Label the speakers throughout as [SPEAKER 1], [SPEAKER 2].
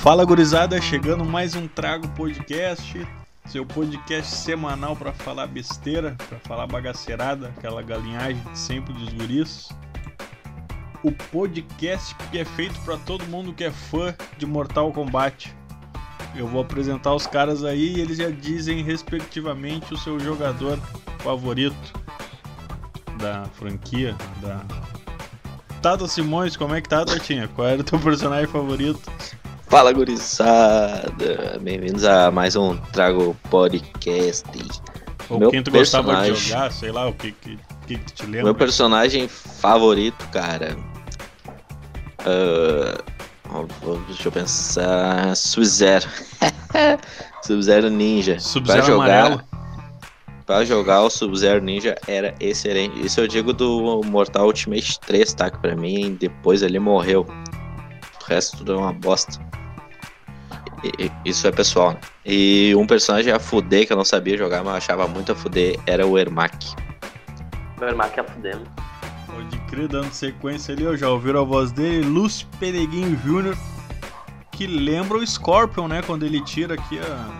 [SPEAKER 1] Fala gurizada, chegando mais um Trago Podcast, seu podcast semanal pra falar besteira, pra falar bagaceirada, aquela galinhagem de sempre dos guris. O podcast que é feito pra todo mundo que é fã de Mortal Kombat. Eu vou apresentar os caras aí e eles já dizem respectivamente o seu jogador favorito da franquia, da Tata Simões, como é que tá, Tatinha? Qual era o teu personagem favorito?
[SPEAKER 2] Fala gurizada, bem-vindos a mais um Trago Podcast.
[SPEAKER 1] Ou
[SPEAKER 2] Meu
[SPEAKER 1] quem tu gostava de
[SPEAKER 2] personagem.
[SPEAKER 1] jogar, sei lá, o que que, que que te lembra?
[SPEAKER 2] Meu personagem favorito, cara. ah, ó, ó, deixa eu pensar. Sub-Zero. Sub-Zero Ninja. Pra
[SPEAKER 1] Sub-Zero amarelo.
[SPEAKER 2] jogar, pra jogar o Sub-Zero Ninja era excelente. Isso eu digo do Mortal Ultimate 3, tá? Que pra mim depois ele morreu. O resto tudo é uma bosta. E- e- isso é pessoal, né? E um personagem a fuder que eu não sabia jogar, mas eu achava muito a fuder, era o Ermac.
[SPEAKER 3] Meu irmão que é fudendo.
[SPEAKER 1] Pode crer, dando sequência ali, eu já ouviram a voz dele, Lúcio Pereguinho Jr., que lembra o Scorpion, né? Quando ele tira aqui a.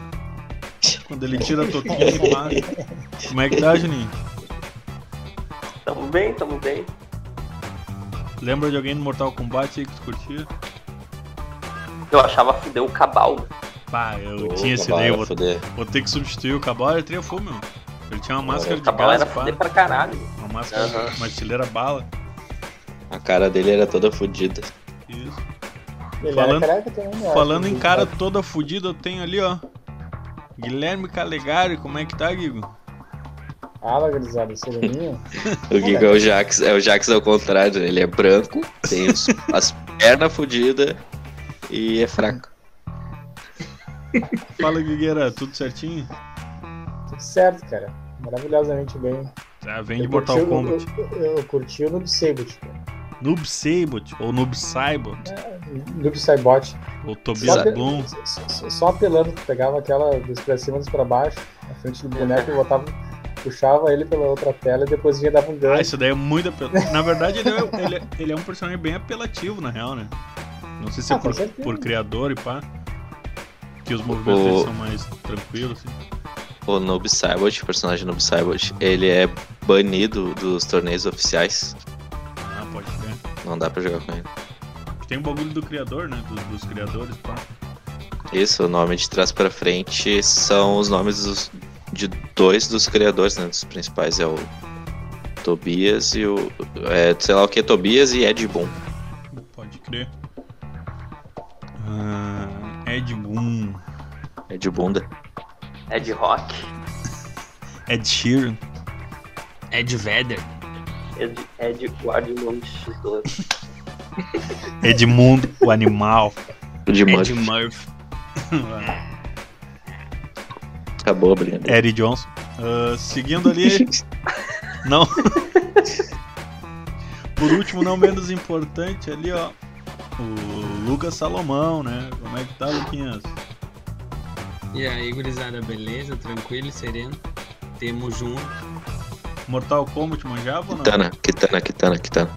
[SPEAKER 1] Quando ele tira a toquinha de fumaça. Como é que tá, Juninho?
[SPEAKER 3] Tamo bem, tamo bem.
[SPEAKER 1] Lembra de alguém no Mortal Kombat aí que tu curtia?
[SPEAKER 3] Eu achava fudeu o cabal.
[SPEAKER 1] Pá, eu
[SPEAKER 2] Ô,
[SPEAKER 1] tinha esse
[SPEAKER 2] cavalo,
[SPEAKER 1] daí, eu vou,
[SPEAKER 2] fuder.
[SPEAKER 1] vou ter que substituir o Cabal, era triunfo, meu. Ele tinha uma máscara
[SPEAKER 3] O
[SPEAKER 1] de
[SPEAKER 3] cabal
[SPEAKER 1] gás,
[SPEAKER 3] era
[SPEAKER 1] pá,
[SPEAKER 3] fuder pra caralho.
[SPEAKER 1] uma máscara,
[SPEAKER 3] Aham.
[SPEAKER 1] uma estileira bala.
[SPEAKER 2] A cara dele era toda fudida.
[SPEAKER 1] Isso.
[SPEAKER 4] Ele
[SPEAKER 1] Falando-
[SPEAKER 4] era craque também, né?
[SPEAKER 1] Falando
[SPEAKER 4] Acho
[SPEAKER 1] em
[SPEAKER 4] que-
[SPEAKER 1] cara toda fudida, eu tenho ali, ó. Guilherme Calegari, como é que tá, Guigo?
[SPEAKER 4] Ah, valorizado, sereninho.
[SPEAKER 2] O Giga é o Jax, é o Jax ao contrário, ele é branco, tem os- as pernas fudidas e é fraco.
[SPEAKER 1] Fala, Guigueira, tudo certinho?
[SPEAKER 4] Tudo certo, cara. Maravilhosamente bem.
[SPEAKER 1] Ah, vem de
[SPEAKER 4] Eu curti
[SPEAKER 1] Mortal
[SPEAKER 4] o-
[SPEAKER 1] Kombat.
[SPEAKER 4] Eu, eu curti o Noob tipo, Sabot, cara.
[SPEAKER 1] Noob Sabot, ou Noob Saibot,
[SPEAKER 4] Noob Saibot.
[SPEAKER 1] ou
[SPEAKER 4] Só,
[SPEAKER 1] Tobias
[SPEAKER 2] Sabe-
[SPEAKER 1] Bloom.
[SPEAKER 4] ape- só- só- só apelando, tu pegava aquela dos pra cima, dos pra baixo, na frente do boneco e botava, puxava ele pela outra tela e depois vinha dava um
[SPEAKER 1] Ah,
[SPEAKER 4] gancho.
[SPEAKER 1] isso daí é muito apelativo. Na verdade, ele é, ele é- ele é um personagem bem apelativo, na real, né? Não sei se é
[SPEAKER 4] Ah, com
[SPEAKER 1] por,
[SPEAKER 4] certeza.
[SPEAKER 1] por criador e pá. Que os movimentos
[SPEAKER 2] O-
[SPEAKER 1] dele são mais tranquilos, assim.
[SPEAKER 2] O Noob Saibot, o personagem Noob Saibot, ele é banido dos torneios oficiais.
[SPEAKER 1] Ah, pode ser.
[SPEAKER 2] Não dá pra jogar com ele.
[SPEAKER 1] Tem o bagulho do criador, né? Do- dos criadores, pá.
[SPEAKER 2] Isso, o nome de trás pra frente são os nomes dos- de dois dos criadores, né? Dos principais é o Tobias e o. É, sei lá o que, Tobias e Ed Boon.
[SPEAKER 1] Pode crer. Ah, Ed Boon,
[SPEAKER 2] Ed Bunda.
[SPEAKER 3] É de rock.
[SPEAKER 1] Ed Sheeran, Ed Vedder,
[SPEAKER 3] É de, é de Guardiões X2.
[SPEAKER 1] Edmundo, o animal,
[SPEAKER 2] De
[SPEAKER 1] Ed
[SPEAKER 2] Murphy.
[SPEAKER 1] Murphy,
[SPEAKER 2] Acabou a briga.
[SPEAKER 1] Eddie Johnson. Ah, seguindo ali, não. Por último, não menos importante, ali ó, o Lucas Salomão, né? Como é que tá, Luquinhas?
[SPEAKER 5] E aí, gurizada, beleza? Tranquilo e sereno? Tamo junto.
[SPEAKER 1] Mortal Kombat manjava ou não?
[SPEAKER 2] Kitana, Kitana, Kitana, Kitana.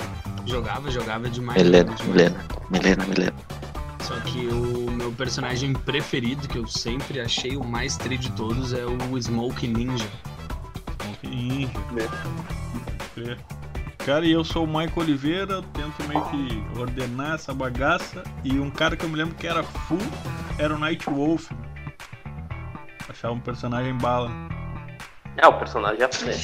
[SPEAKER 5] Jogava, jogava demais.
[SPEAKER 2] Milena,
[SPEAKER 5] jogava demais.
[SPEAKER 2] Milena, Milena, Milena.
[SPEAKER 5] Só que o meu personagem preferido, que eu sempre achei o mais tri de todos, é o Smoke Ninja.
[SPEAKER 1] Smoke Ninja. Pode crer. Cara, e eu sou o Maico Oliveira, eu tento meio que ordenar essa bagaça. E um cara que eu me lembro que era full era o Night Wolf. Achava um personagem bala.
[SPEAKER 3] É, o personagem é fuder.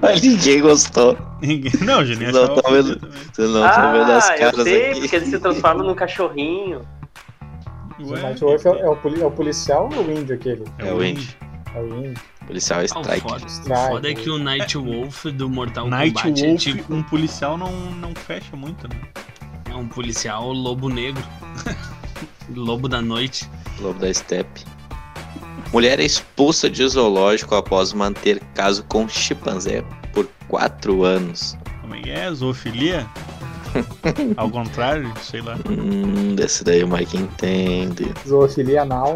[SPEAKER 2] Mas ninguém gostou.
[SPEAKER 1] Ninguém- Não, gente,
[SPEAKER 2] Não,
[SPEAKER 1] achava
[SPEAKER 2] tá vendo?
[SPEAKER 1] fudido também.
[SPEAKER 2] Vocês não estão vendo as
[SPEAKER 3] ah, eu
[SPEAKER 2] caras
[SPEAKER 3] sei,
[SPEAKER 2] aqui.
[SPEAKER 3] porque ele se transforma num cachorrinho.
[SPEAKER 4] O
[SPEAKER 1] Ué,
[SPEAKER 4] Night Wolf é, o- é o poli- é o policial ou o índio aquele?
[SPEAKER 2] É o Indy.
[SPEAKER 4] É o índio.
[SPEAKER 2] Policial
[SPEAKER 5] Ah, o
[SPEAKER 2] Strike.
[SPEAKER 5] foda, o
[SPEAKER 4] Strike.
[SPEAKER 5] foda é que o Night Wolf do Mortal
[SPEAKER 1] Night
[SPEAKER 5] Kombat é
[SPEAKER 1] Wolf,
[SPEAKER 5] tipo
[SPEAKER 1] um policial não, não fecha muito, né?
[SPEAKER 5] é um policial lobo negro. lobo da noite.
[SPEAKER 2] Lobo da Steppe. Mulher é expulsa de zoológico após manter caso com chimpanzé por quatro anos.
[SPEAKER 1] Como é que é? Zoofilia? Ao contrário, sei lá.
[SPEAKER 2] Hum, desse daí o Mike entende.
[SPEAKER 4] Zoofilia anal.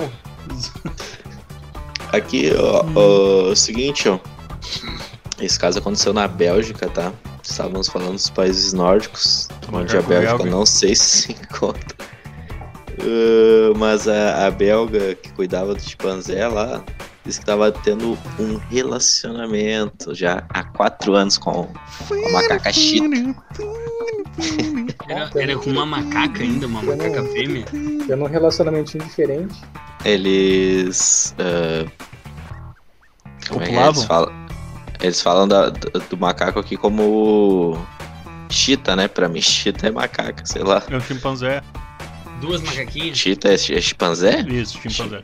[SPEAKER 2] Aqui, ó, ó, o seguinte, ó. Esse caso aconteceu na Bélgica, tá? Estávamos falando dos países nórdicos,
[SPEAKER 1] Do
[SPEAKER 2] onde a
[SPEAKER 1] macaco
[SPEAKER 2] Bélgica
[SPEAKER 1] belga.
[SPEAKER 2] não sei se se encontra. Uh, mas a, a belga que cuidava do chimpanzé lá disse que tava tendo um relacionamento já há quatro anos com a macaca chita.
[SPEAKER 5] Era, era com uma macaca ainda, uma macaca fêmea.
[SPEAKER 4] Tendo um relacionamentinho diferente.
[SPEAKER 2] Eles. uh, como é que
[SPEAKER 1] Copulavam?
[SPEAKER 2] eles falam? Eles falam da- do, do macaco aqui como. Chita, né? Pra mim, chita é macaca, sei lá.
[SPEAKER 1] É o chimpanzé.
[SPEAKER 5] Duas macaquinhas.
[SPEAKER 2] Chita é, chi- é chimpanzé?
[SPEAKER 1] Isso, chimpanzé.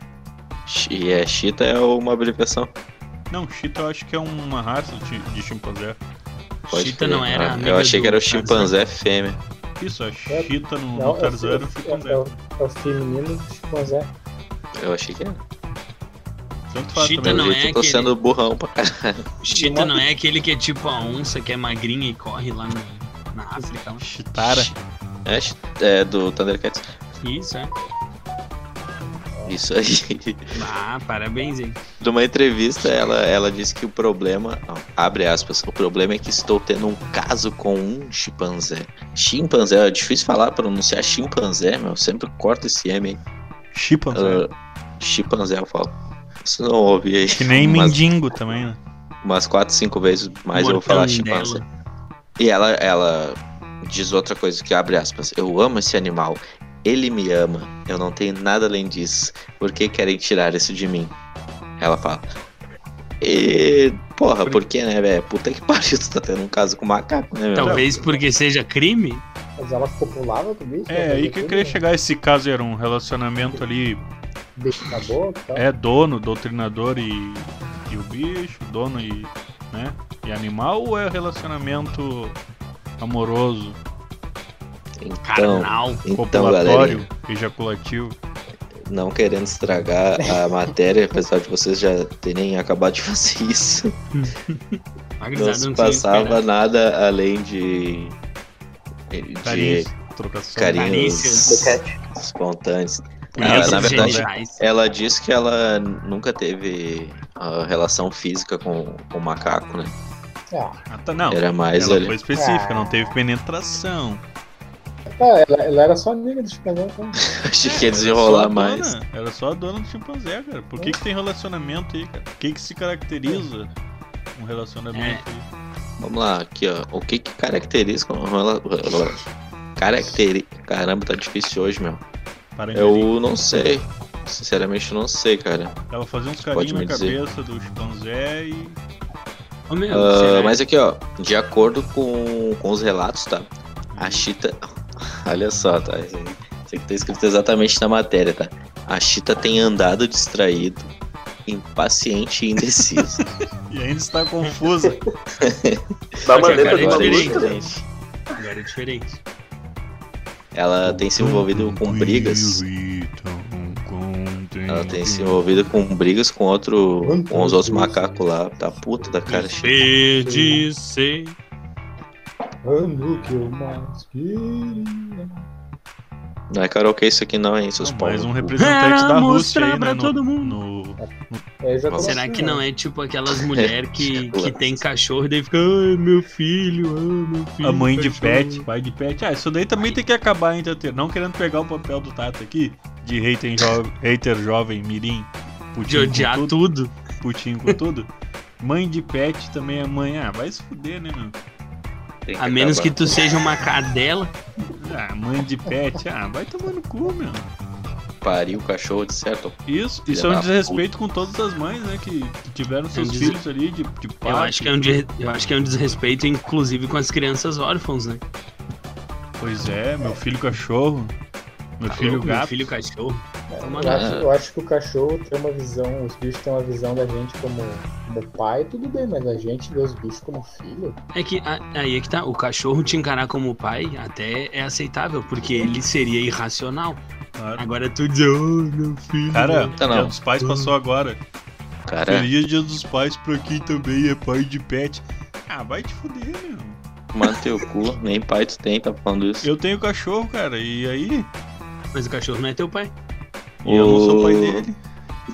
[SPEAKER 2] Chi- E é chita é uma abreviação.
[SPEAKER 1] Não, chita eu acho que é uma raça de, de chimpanzé.
[SPEAKER 2] Pode
[SPEAKER 5] Chita
[SPEAKER 2] crer.
[SPEAKER 5] não era.
[SPEAKER 2] Ah,
[SPEAKER 5] amiga
[SPEAKER 2] Eu achei
[SPEAKER 5] do
[SPEAKER 2] que era o
[SPEAKER 5] Tarzan.
[SPEAKER 2] chimpanzé fêmea.
[SPEAKER 1] Isso, a chita no,
[SPEAKER 4] Não,
[SPEAKER 1] no
[SPEAKER 4] é o-
[SPEAKER 1] Tarzan
[SPEAKER 4] é
[SPEAKER 1] e o
[SPEAKER 4] o-
[SPEAKER 1] chimpanzé.
[SPEAKER 4] é o- é o feminino tipo, é, do chimpanzé.
[SPEAKER 2] Eu achei que era.
[SPEAKER 1] Tanto faz
[SPEAKER 5] Chita
[SPEAKER 1] também.
[SPEAKER 5] não
[SPEAKER 2] Pelo
[SPEAKER 5] é
[SPEAKER 2] jeito, eu tô
[SPEAKER 5] aquele-
[SPEAKER 2] sendo burrão pra caralho.
[SPEAKER 5] Chita não é aquele que é tipo a onça, que é magrinha e corre lá na, na África. lá.
[SPEAKER 1] Chitara.
[SPEAKER 2] É, chi- é do Thundercats.
[SPEAKER 5] Isso, é.
[SPEAKER 2] Isso aí.
[SPEAKER 5] Ah, parabéns, hein?
[SPEAKER 2] Numa entrevista, ela, ela disse que o problema. ó, Abre aspas. O problema é que estou tendo um caso com um chimpanzé. Chimpanzé, é difícil falar, pronunciar chimpanzé, meu. Eu sempre corto esse M aí.
[SPEAKER 1] Chimpanzé.
[SPEAKER 2] Ah, chimpanzé, eu falo. Você não ouve aí.
[SPEAKER 1] é. Que nem
[SPEAKER 2] umas,
[SPEAKER 1] mendigo também, né?
[SPEAKER 2] umas quatro, cinco vezes mais eu vou falar chimpanzé. E ela, ela diz outra coisa que abre aspas. Eu amo esse animal. Ele me ama. Eu não tenho nada além disso. Por que querem tirar isso de mim? Ela fala. E, porra, por que, né, velho? Puta que pariu, tu tá tendo um caso com macaco, né, meu?
[SPEAKER 5] Talvez porque seja crime?
[SPEAKER 4] Mas ela copulava com o bicho?
[SPEAKER 1] É, aí que eu
[SPEAKER 4] né?
[SPEAKER 1] queria chegar. Esse caso era um relacionamento ali.
[SPEAKER 4] Beijo na boca tá? e tal.
[SPEAKER 1] É dono, doutrinador e, e o bicho, dono e. né? E animal ou é relacionamento amoroso,
[SPEAKER 2] então,
[SPEAKER 5] Carnal.
[SPEAKER 2] então, galera,
[SPEAKER 1] copulatório, ejaculativo?
[SPEAKER 2] não querendo estragar a matéria, apesar de vocês já terem acabado de fazer isso, é, não
[SPEAKER 5] Magrisado
[SPEAKER 2] se
[SPEAKER 5] não
[SPEAKER 2] passava nada além de. de
[SPEAKER 1] Carinho, trocação.
[SPEAKER 2] carinhos
[SPEAKER 5] Carícias.
[SPEAKER 3] Boquete.
[SPEAKER 2] espontâneos.
[SPEAKER 1] Punhetas
[SPEAKER 2] Ah, na
[SPEAKER 1] de
[SPEAKER 2] verdade,
[SPEAKER 1] chimpanzé.
[SPEAKER 2] Ela disse que ela nunca teve ah, relação física com com o macaco, né?
[SPEAKER 4] Ah,
[SPEAKER 1] Ah, tá, não.
[SPEAKER 2] Era mais
[SPEAKER 1] Ela
[SPEAKER 2] ali.
[SPEAKER 1] foi específica, não teve penetração.
[SPEAKER 4] tá, ela, ela era só amiga do chimpanzé, então.
[SPEAKER 2] Achei que
[SPEAKER 1] É, Era só a
[SPEAKER 2] ia desenrolar
[SPEAKER 1] dona,
[SPEAKER 2] mais.
[SPEAKER 1] Era só a dona do chimpanzé, cara. Por que, que tem relacionamento aí, cara? O que, que se caracteriza um
[SPEAKER 5] É.
[SPEAKER 1] relacionamento aí?
[SPEAKER 2] Vamos lá, aqui, ó. O que que caracteriza. Ela, caracteri... Caramba, tá difícil hoje, meu. É
[SPEAKER 1] Parangari.
[SPEAKER 2] Eu não sei. Sinceramente, eu não sei, cara.
[SPEAKER 1] Ela fazia uns
[SPEAKER 2] Pode
[SPEAKER 1] carinhos
[SPEAKER 2] me
[SPEAKER 1] na
[SPEAKER 2] dizer.
[SPEAKER 1] cabeça do chimpanzé e.
[SPEAKER 5] Ô, meu,
[SPEAKER 2] Ah,
[SPEAKER 5] será
[SPEAKER 2] mas aqui, ó. De acordo com, com os relatos, tá? A Chita. Olha só, tá? Isso aqui tá escrito exatamente na matéria, tá? A Chita tem andado distraído, impaciente e indeciso.
[SPEAKER 1] E ainda está confusa.
[SPEAKER 3] Da
[SPEAKER 5] Só que
[SPEAKER 3] maneira
[SPEAKER 5] agora
[SPEAKER 3] do
[SPEAKER 5] é diferente,
[SPEAKER 3] maluco, né?
[SPEAKER 2] diferente.
[SPEAKER 5] que agora é diferente?
[SPEAKER 2] Ela tem se envolvido com brigas. Ela tem se envolvido com brigas com outro. com os outros macacos lá. Tá puta da cara é Chita.
[SPEAKER 5] Deixei de ser.
[SPEAKER 4] Amo que eu mais queria.
[SPEAKER 2] Não é karaokê isso aqui não, hein, seus
[SPEAKER 1] Não,
[SPEAKER 2] pau.
[SPEAKER 1] mais
[SPEAKER 2] no
[SPEAKER 1] um
[SPEAKER 2] cu.
[SPEAKER 1] representante
[SPEAKER 5] Era
[SPEAKER 1] da Rússia
[SPEAKER 5] mostrar
[SPEAKER 1] aí, né?
[SPEAKER 5] pra
[SPEAKER 1] no-
[SPEAKER 5] todo mundo.
[SPEAKER 1] no-
[SPEAKER 4] É, já tô
[SPEAKER 2] Nossa.
[SPEAKER 5] Será que não é tipo aquelas mulheres que, que
[SPEAKER 2] Ejaculante.
[SPEAKER 5] tem cachorro e daí fica, ai meu filho, ai meu filho.
[SPEAKER 1] A mãe de
[SPEAKER 5] cachorro."
[SPEAKER 1] pet, pai de pet. Ah, isso daí também tem que acabar, hein, Tateiro? Não querendo pegar o papel do Tato aqui, de hater, jo- hater jovem, mirim,
[SPEAKER 5] De
[SPEAKER 1] putinho
[SPEAKER 5] odiar
[SPEAKER 1] com tudo,
[SPEAKER 5] tudo.
[SPEAKER 1] putinho com tudo. Mãe de pet também é mãe. Ah, vai se fuder, né, meu?
[SPEAKER 2] Tem
[SPEAKER 5] A menos que
[SPEAKER 2] acabar.
[SPEAKER 5] tu seja uma cadela.
[SPEAKER 1] Ah, mãe de pet. Ah, vai tomar no cu, meu.
[SPEAKER 2] Pariu o cachorro de certo.
[SPEAKER 1] Isso,
[SPEAKER 2] Filha
[SPEAKER 1] isso é um
[SPEAKER 2] da É um
[SPEAKER 1] desrespeito com todas as mães, né, que, que tiveram seus
[SPEAKER 5] des-
[SPEAKER 1] filhos ali de, de pai.
[SPEAKER 5] Eu acho, que é um de- eu acho que é um desrespeito, inclusive com as crianças órfãos, né?
[SPEAKER 1] Pois é, meu filho cachorro, meu filho
[SPEAKER 5] Tá Meu
[SPEAKER 1] gato.
[SPEAKER 5] filho cachorro. Toma
[SPEAKER 4] É, Eu
[SPEAKER 5] lá.
[SPEAKER 4] acho, eu acho que o cachorro tem uma visão, os bichos têm uma visão da gente como, como pai, tudo bem, mas a gente vê os bichos como filho.
[SPEAKER 5] É que a- aí é que tá, o cachorro te encarar como pai até é aceitável, porque ele seria irracional.
[SPEAKER 1] Claro.
[SPEAKER 5] Agora tu diz, oh, meu filho.
[SPEAKER 1] Cara,
[SPEAKER 2] Tá,
[SPEAKER 1] Dia
[SPEAKER 2] não.
[SPEAKER 1] dos Pais passou agora.
[SPEAKER 2] Cara,
[SPEAKER 1] Feliz Dia dos Pais pra quem também é pai de pet. Ah, vai te fuder, meu.
[SPEAKER 2] manda teu cu. Nem pai tu tem, tá falando isso.
[SPEAKER 1] Eu tenho cachorro, cara, e aí?
[SPEAKER 5] mas o cachorro não é teu pai.
[SPEAKER 1] E eu não sou
[SPEAKER 2] O-
[SPEAKER 1] pai dele.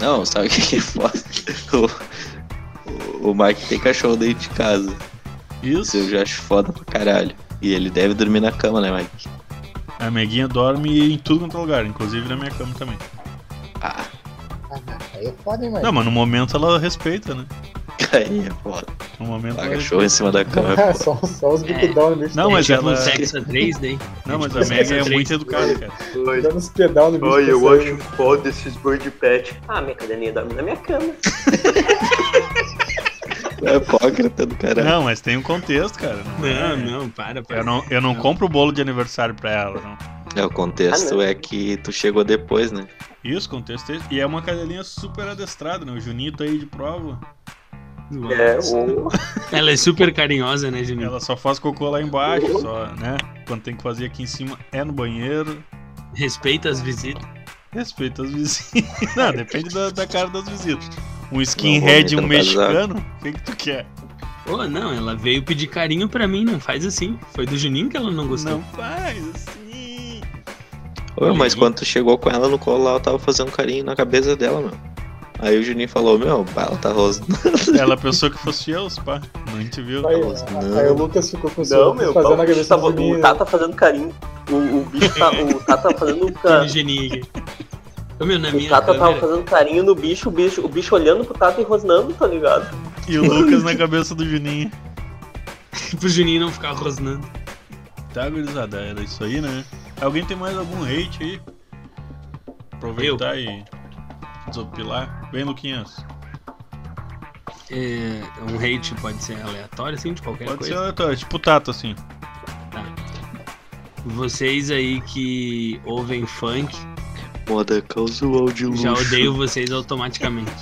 [SPEAKER 2] Não, sabe o que que é foda? O, o, o Mike tem cachorro dentro de casa.
[SPEAKER 1] Isso.
[SPEAKER 2] Isso eu já acho foda pra caralho. E ele deve dormir na cama, né, Mike?
[SPEAKER 1] A meguinha dorme em tudo quanto é lugar, inclusive na minha cama também.
[SPEAKER 2] Ah,
[SPEAKER 4] Ah, aí é foda, hein, mano.
[SPEAKER 1] Não, mas no momento ela respeita, né?
[SPEAKER 2] aí é foda.
[SPEAKER 1] No momento ela
[SPEAKER 2] Paga cachorro em cima da cama. é
[SPEAKER 4] É,
[SPEAKER 2] foda.
[SPEAKER 4] só, só os bicudão no bicho.
[SPEAKER 1] Não, mas
[SPEAKER 5] tipo
[SPEAKER 1] ela-
[SPEAKER 5] um sexo a três, daí.
[SPEAKER 1] Não, mas a Meg é muito educada, cara.
[SPEAKER 6] Oi,
[SPEAKER 4] Dando os pedal no bicho.
[SPEAKER 6] oi, eu
[SPEAKER 4] pra sair.
[SPEAKER 6] acho foda esses boi de pet.
[SPEAKER 3] Ah, minha cadelinha dorme na minha cama.
[SPEAKER 2] É hipócrita do caralho.
[SPEAKER 1] Não, mas tem um contexto, cara. é-
[SPEAKER 5] Não, não, para, para.
[SPEAKER 1] Eu não, eu não compro o bolo de aniversário pra ela, não.
[SPEAKER 2] É, o
[SPEAKER 3] Ah,
[SPEAKER 2] contexto
[SPEAKER 3] não.
[SPEAKER 2] é que tu chegou depois, né?
[SPEAKER 1] Isso, contexto. é esse. E é uma cadelinha super adestrada, né? O Juninho tá aí de prova.
[SPEAKER 3] É, ou...
[SPEAKER 5] Ela é super carinhosa, né, Juninho?
[SPEAKER 1] Ela só faz cocô lá embaixo, só, né? Quando tem que fazer aqui em cima é no banheiro.
[SPEAKER 5] Respeita as visitas.
[SPEAKER 1] Respeita as visitas. Não, depende da, da cara das visitas. Um
[SPEAKER 2] Não
[SPEAKER 1] skinhead
[SPEAKER 2] vou
[SPEAKER 1] e um
[SPEAKER 2] me atrasar.
[SPEAKER 1] mexicano? O que, que tu quer?
[SPEAKER 5] Pô, não, ela veio pedir carinho pra mim, não faz assim. Foi do Juninho que ela não gostou.
[SPEAKER 1] Não faz assim.
[SPEAKER 2] Ô,
[SPEAKER 5] Olha
[SPEAKER 2] mas
[SPEAKER 5] aí.
[SPEAKER 2] quando tu chegou com ela no colo lá, eu tava fazendo carinho na cabeça dela, meu. Aí o Juninho falou, meu, bah, ela tá rosnando.
[SPEAKER 1] Ela pensou que fosse eu, pá. Não te viu.
[SPEAKER 4] Aí,
[SPEAKER 2] Não.
[SPEAKER 4] aí o Lucas ficou com
[SPEAKER 6] Não,
[SPEAKER 4] o seu
[SPEAKER 6] meu,
[SPEAKER 4] fazendo
[SPEAKER 6] tá-
[SPEAKER 4] a cabeça
[SPEAKER 3] Tá,
[SPEAKER 4] do Juninho.
[SPEAKER 3] o Tata fazendo carinho. O, o bicho tá. O Tata fazendo. Ca...
[SPEAKER 5] Aquele Juninho aqui. Ô, meu, na
[SPEAKER 3] O
[SPEAKER 5] minha
[SPEAKER 3] Tata tá tava
[SPEAKER 5] câmera-
[SPEAKER 3] fazendo carinho no bicho, o bicho, o bicho olhando pro Tata e rosnando, tá ligado?
[SPEAKER 1] E o Lucas na cabeça do Juninho.
[SPEAKER 5] pro Juninho não ficar rosnando.
[SPEAKER 1] Tá, gurizada, era isso aí, né? Alguém tem mais algum hate aí? Aproveitar e desopilar. Vem, Luquinhas.
[SPEAKER 5] É, um hate pode ser aleatório, assim, de qualquer
[SPEAKER 1] Pode ser
[SPEAKER 5] coisa.
[SPEAKER 1] aleatório, tipo tato, assim.
[SPEAKER 5] Vocês aí que ouvem funk,
[SPEAKER 2] Moda casual de luxo.
[SPEAKER 5] já odeio vocês automaticamente.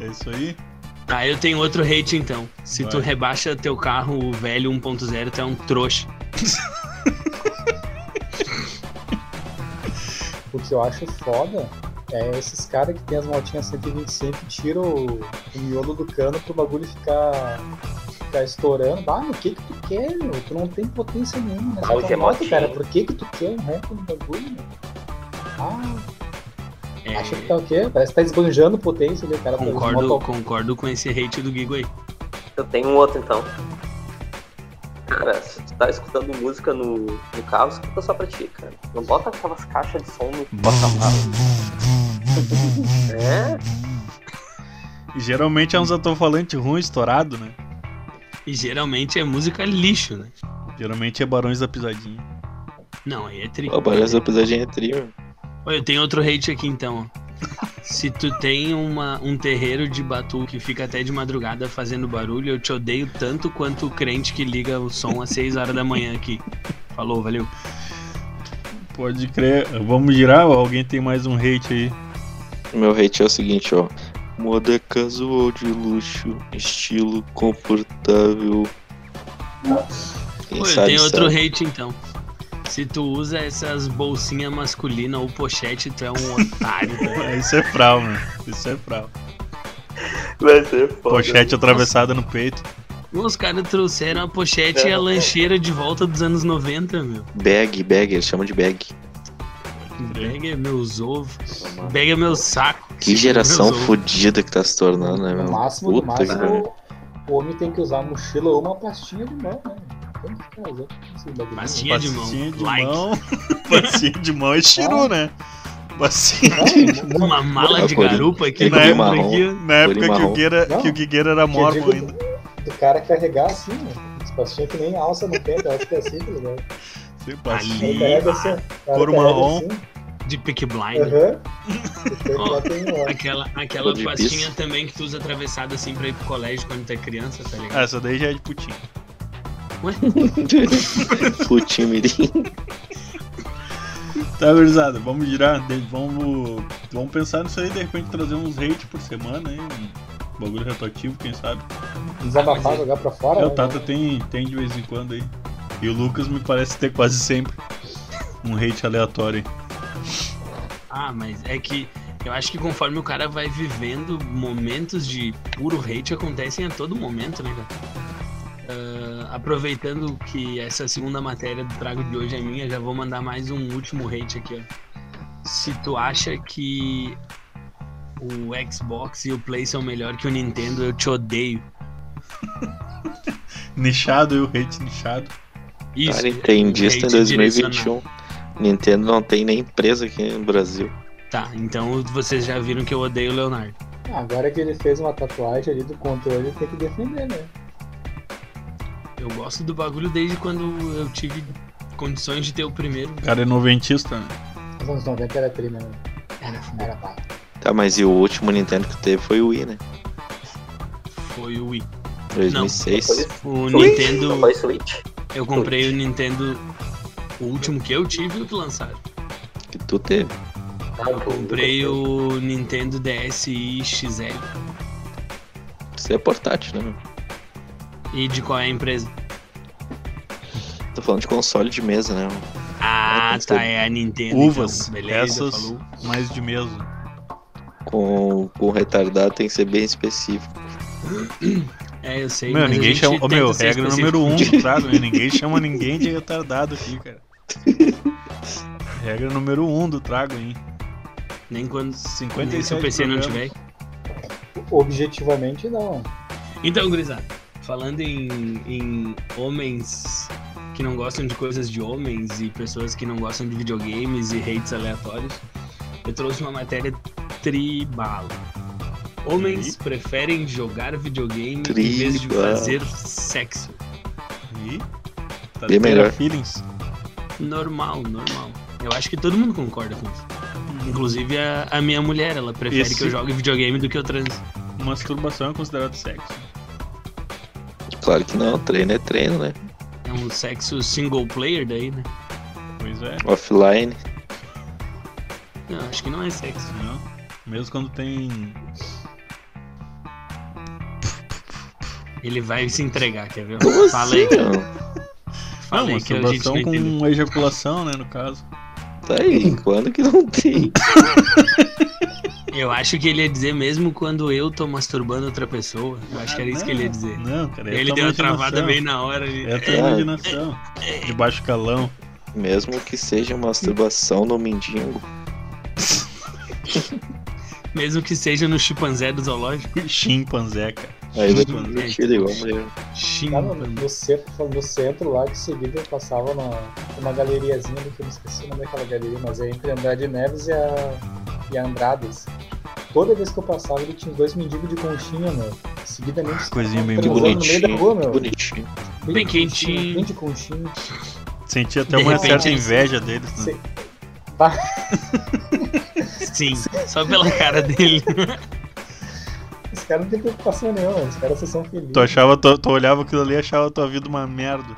[SPEAKER 1] É isso aí.
[SPEAKER 5] Tá, eu tenho outro hate então. Se tu
[SPEAKER 1] Vai.
[SPEAKER 5] rebaixa teu carro o velho 1.0, tu é um trouxa.
[SPEAKER 4] O que eu acho foda é esses caras que tem as motinhas 125 que tiram o, o miolo do cano pro bagulho ficar, ficar estourando. Ah, o que que tu quer, meu? Tu não tem potência nenhuma né? nessa
[SPEAKER 3] Hoje
[SPEAKER 4] tua
[SPEAKER 3] é
[SPEAKER 4] moto,
[SPEAKER 3] motinha.
[SPEAKER 4] cara. Por que que tu quer um ramp no bagulho, meu? Ah,
[SPEAKER 5] É,
[SPEAKER 4] acha que tá o quê? Parece que tá esbanjando potência ali, cara. tá
[SPEAKER 5] concordo,
[SPEAKER 4] Moto-
[SPEAKER 5] concordo com esse hate do Gigo aí.
[SPEAKER 3] Eu tenho um outro então. Cara, se tu tá escutando música no, no carro, escuta só pra ti, cara. Não bota aquelas caixas de som no porta-malas. é?
[SPEAKER 1] E geralmente é uns alto-falante ruim, estourado, né?
[SPEAKER 5] E geralmente é música lixo, né?
[SPEAKER 1] Geralmente é Barões da Pisadinha.
[SPEAKER 5] Não, aí é tri.
[SPEAKER 2] Pô, parece uma pisadinha tri, meu.
[SPEAKER 5] Olha, eu tenho outro hate aqui então, ó. Se tu tem uma, um terreiro de batu que fica até de madrugada fazendo barulho, eu te odeio tanto quanto o crente que liga o som às 6 horas da manhã aqui. Falou, valeu.
[SPEAKER 1] Pode crer. Vamos girar ou alguém tem mais um hate aí?
[SPEAKER 2] Meu hate é o seguinte, ó. Moda casual de luxo, estilo confortável. Quem
[SPEAKER 5] Pô, eu
[SPEAKER 2] sabe é
[SPEAKER 5] tenho outro
[SPEAKER 2] sabe.
[SPEAKER 5] hate então. Se tu usa essas bolsinhas masculinas ou pochete, tu é um otário. velho.
[SPEAKER 1] Isso é frau, mano. Isso é frau.
[SPEAKER 6] Vai ser foda.
[SPEAKER 1] Pochete atravessada no peito.
[SPEAKER 5] Os caras trouxeram a pochete e a lancheira de volta dos anos 90, meu.
[SPEAKER 2] um Bag, bag, eles chamam de bag.
[SPEAKER 5] Bag é meus ovos. Bag é meu saco.
[SPEAKER 2] Que geração
[SPEAKER 5] Meus ovos.
[SPEAKER 2] fodida que tá se tornando, né, meu?
[SPEAKER 4] No máximo, no
[SPEAKER 2] Puta que pariu.
[SPEAKER 4] máximo, o homem tem que usar mochila ou uma pastinha de mão, né? Tem que ficar usando esse bagulho.
[SPEAKER 5] Pastinha de mão.
[SPEAKER 1] Bacinha de
[SPEAKER 5] like.
[SPEAKER 1] mão. Bacinha de mão é chiru, né? Bacinha
[SPEAKER 4] Não,
[SPEAKER 5] Uma mala de
[SPEAKER 2] Agora,
[SPEAKER 5] garupa aqui. né?
[SPEAKER 2] tem
[SPEAKER 1] Na
[SPEAKER 2] Guri
[SPEAKER 1] época,
[SPEAKER 2] marrom.
[SPEAKER 1] que, na época que, o
[SPEAKER 2] marrom.
[SPEAKER 1] Guigueira,
[SPEAKER 4] Não.
[SPEAKER 1] que o Guigueira era
[SPEAKER 4] Eu
[SPEAKER 1] mormon
[SPEAKER 4] digo
[SPEAKER 1] ainda.
[SPEAKER 4] Do cara carregar assim, né? As pastinhas que nem alça no pé, elas que é assim, tá ligado?
[SPEAKER 1] Sei, parceiro.
[SPEAKER 4] Aí
[SPEAKER 5] Ih,
[SPEAKER 4] carrega assim, ó. O cara
[SPEAKER 1] couro
[SPEAKER 4] carrega
[SPEAKER 1] marrom.
[SPEAKER 4] assim,
[SPEAKER 5] De pick blind.
[SPEAKER 2] Uhum.
[SPEAKER 4] Aham. Depois
[SPEAKER 5] Ó.
[SPEAKER 4] lá tem, um, ó.
[SPEAKER 5] Aquela, aquela
[SPEAKER 2] de
[SPEAKER 5] pastinha
[SPEAKER 2] pista.
[SPEAKER 5] também que tu usa atravessada assim pra ir pro colégio quando tu é criança, tá
[SPEAKER 1] Ah,
[SPEAKER 5] ligado?
[SPEAKER 1] essa daí já é de putinho.
[SPEAKER 2] Putinho mirim.
[SPEAKER 1] Tá, gurizada, vamos girar. de- Vamos, vamos pensar nisso aí, de repente trazer uns hate por semana, hein? Um bagulho retroativo, quem sabe.
[SPEAKER 4] Desabafar, jogar pra fora.
[SPEAKER 1] É, o
[SPEAKER 4] né?
[SPEAKER 1] Tata tem, tem de vez em quando aí. E o Lucas me parece ter quase sempre um hate aleatório. aí.
[SPEAKER 5] Ah, mas é que eu acho que conforme o cara vai vivendo, momentos de puro hate acontecem a todo momento, né, cara? Ah, aproveitando que essa segunda matéria do trago de hoje é minha, já vou mandar mais um último hate aqui, ó. Se tu acha que o Xbox e o Play são melhor que o Nintendo, eu te odeio.
[SPEAKER 1] Nichado e o hate nichado.
[SPEAKER 5] Isso. é um
[SPEAKER 2] Cara, entendista em
[SPEAKER 5] hate direcionado.
[SPEAKER 2] 2021. Nintendo não tem nem empresa aqui no Brasil.
[SPEAKER 5] Tá, então vocês já viram que eu odeio o Leonardo.
[SPEAKER 4] Ah, agora que ele fez uma tatuagem ali do controle, tem que defender, né?
[SPEAKER 5] Eu gosto do bagulho desde quando eu tive condições de ter o primeiro.
[SPEAKER 1] O cara é noventista, né?
[SPEAKER 4] Nos anos 90 era prima, né?
[SPEAKER 5] Cara,
[SPEAKER 4] Era pá.
[SPEAKER 2] Tá, mas e o último Nintendo que teve foi o Wii, né?
[SPEAKER 5] foi o Wii.
[SPEAKER 2] 2006.
[SPEAKER 5] O
[SPEAKER 3] Switch?
[SPEAKER 5] Nintendo.
[SPEAKER 3] Não foi Switch.
[SPEAKER 5] Eu comprei o Nintendo. O último que eu tive e o que lançaram.
[SPEAKER 2] Que tu teve.
[SPEAKER 3] Ah, eu
[SPEAKER 5] Comprei o Nintendo DSi XL.
[SPEAKER 2] Isso é portátil, né? meu?
[SPEAKER 5] E de qual é a empresa?
[SPEAKER 2] Tô falando de console de mesa, né? meu?
[SPEAKER 5] Ah,
[SPEAKER 2] Ah,
[SPEAKER 5] tá, é a Nintendo.
[SPEAKER 1] Uvas,
[SPEAKER 5] então. Beleza,
[SPEAKER 1] essas-
[SPEAKER 5] falou.
[SPEAKER 1] Mais de mesa.
[SPEAKER 2] Com, com retardado tem que ser bem específico.
[SPEAKER 5] É, eu sei.
[SPEAKER 1] Meu,
[SPEAKER 5] mas a
[SPEAKER 1] ninguém
[SPEAKER 5] gente
[SPEAKER 1] chama. Ô,
[SPEAKER 5] tenta
[SPEAKER 1] meu,
[SPEAKER 5] ser
[SPEAKER 1] regra
[SPEAKER 5] específico.
[SPEAKER 1] número um do trago, né? Ninguém chama ninguém de retardado aqui, cara. Regra número um do trago, hein?
[SPEAKER 5] Nem quando. Nem se
[SPEAKER 1] 57
[SPEAKER 5] o PC não
[SPEAKER 1] programas.
[SPEAKER 5] tiver.
[SPEAKER 4] Objetivamente, não.
[SPEAKER 5] Então, gurizada, falando em, em homens que não gostam de coisas de homens e pessoas que não gostam de videogames e hates aleatórios, eu trouxe uma matéria tribal. Homens preferem jogar videogame em vez de
[SPEAKER 2] Tribal.
[SPEAKER 5] fazer sexo.
[SPEAKER 1] Ih, tá
[SPEAKER 2] Bem
[SPEAKER 1] tendo
[SPEAKER 2] melhor.
[SPEAKER 1] Feelings.
[SPEAKER 5] Normal, normal. Eu acho que todo mundo concorda com isso. Inclusive a, a minha mulher, ela prefere
[SPEAKER 1] Esse-
[SPEAKER 5] que eu jogue videogame do que eu transe.
[SPEAKER 1] Masturbação é considerado sexo.
[SPEAKER 2] Claro que não, treino é treino, né?
[SPEAKER 5] É um sexo single player daí, né?
[SPEAKER 1] Pois é,
[SPEAKER 2] Offline.
[SPEAKER 5] Não, acho que não é sexo.
[SPEAKER 1] não. Mesmo quando tem.
[SPEAKER 5] Ele vai se entregar, quer ver?
[SPEAKER 2] Como
[SPEAKER 5] Fala aí,
[SPEAKER 2] assim, meu?
[SPEAKER 5] fala
[SPEAKER 1] não,
[SPEAKER 5] aí que a gente
[SPEAKER 1] masturbação
[SPEAKER 5] não entendeu.
[SPEAKER 1] com ejaculação, né? No caso.
[SPEAKER 2] Tá aí, quando que não tem?
[SPEAKER 5] Eu acho que ele ia dizer mesmo quando eu tô masturbando outra pessoa. Eu acho que era isso que ele ia dizer.
[SPEAKER 1] Não, cara. é
[SPEAKER 5] ele
[SPEAKER 1] tua
[SPEAKER 5] deu uma
[SPEAKER 1] imaginação.
[SPEAKER 5] travada bem na hora. ele-
[SPEAKER 1] É a tua
[SPEAKER 2] É.
[SPEAKER 1] imaginação. De baixo calão.
[SPEAKER 2] Mesmo que seja masturbação no mendigo.
[SPEAKER 5] Mesmo que seja no chimpanzé do zoológico.
[SPEAKER 1] Chimpanzé, cara.
[SPEAKER 2] Aí vai ter
[SPEAKER 5] Hum,
[SPEAKER 2] divertido igual mulher.
[SPEAKER 4] Lá no,
[SPEAKER 5] Chimpanzé.
[SPEAKER 4] no centro, no centro lá, que em seguida eu passava numa, numa galeriazinha, do que eu não esqueci o nome daquela galeria, mas é entre Andrade Neves e a, e a Andrades. Toda vez que eu passava, ele tinha os dois mendigos de conchinha, meu. Seguidamente,
[SPEAKER 1] Coisinha bem
[SPEAKER 2] Que
[SPEAKER 4] Transou
[SPEAKER 1] boa.
[SPEAKER 4] Tá no meio da rua,
[SPEAKER 2] bonitinho, que
[SPEAKER 4] meu.
[SPEAKER 2] bonitinho.
[SPEAKER 4] bem,
[SPEAKER 5] Bem
[SPEAKER 4] de
[SPEAKER 5] quentinho.
[SPEAKER 4] conchinha, Bem de conchinha.
[SPEAKER 1] Senti até
[SPEAKER 5] De
[SPEAKER 1] uma
[SPEAKER 5] repente
[SPEAKER 1] certa
[SPEAKER 5] eles-
[SPEAKER 1] inveja deles, né?
[SPEAKER 4] Sim.
[SPEAKER 5] Sim, só pela cara dele.
[SPEAKER 4] Os caras não têm preocupação nenhuma, os caras só são felizes.
[SPEAKER 1] Tu achava, tu, tu olhava aquilo ali e achava tua vida uma merda.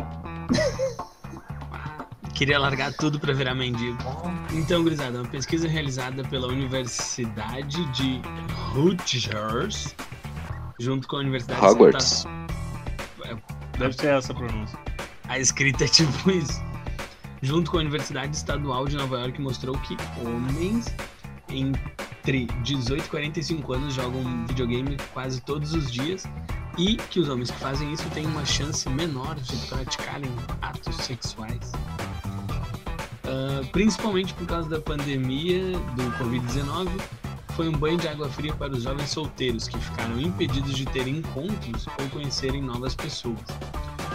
[SPEAKER 5] Queria largar tudo pra virar mendigo.
[SPEAKER 4] Ah,
[SPEAKER 5] Então, gurizada, uma pesquisa realizada pela Universidade de Rutgers, junto com a Universidade de Santa
[SPEAKER 2] Hogwarts.
[SPEAKER 1] Deve ser essa a pronúncia.
[SPEAKER 5] A escrita é tipo isso. Junto com a Universidade Estadual de Nova York mostrou que homens entre 18 e 45 anos jogam videogame quase todos os dias e que os homens que fazem isso têm uma chance menor de praticarem atos sexuais. Ah, principalmente por causa da pandemia do Covid-19, foi um banho de água fria para os jovens solteiros que ficaram impedidos de ter encontros ou conhecerem novas pessoas.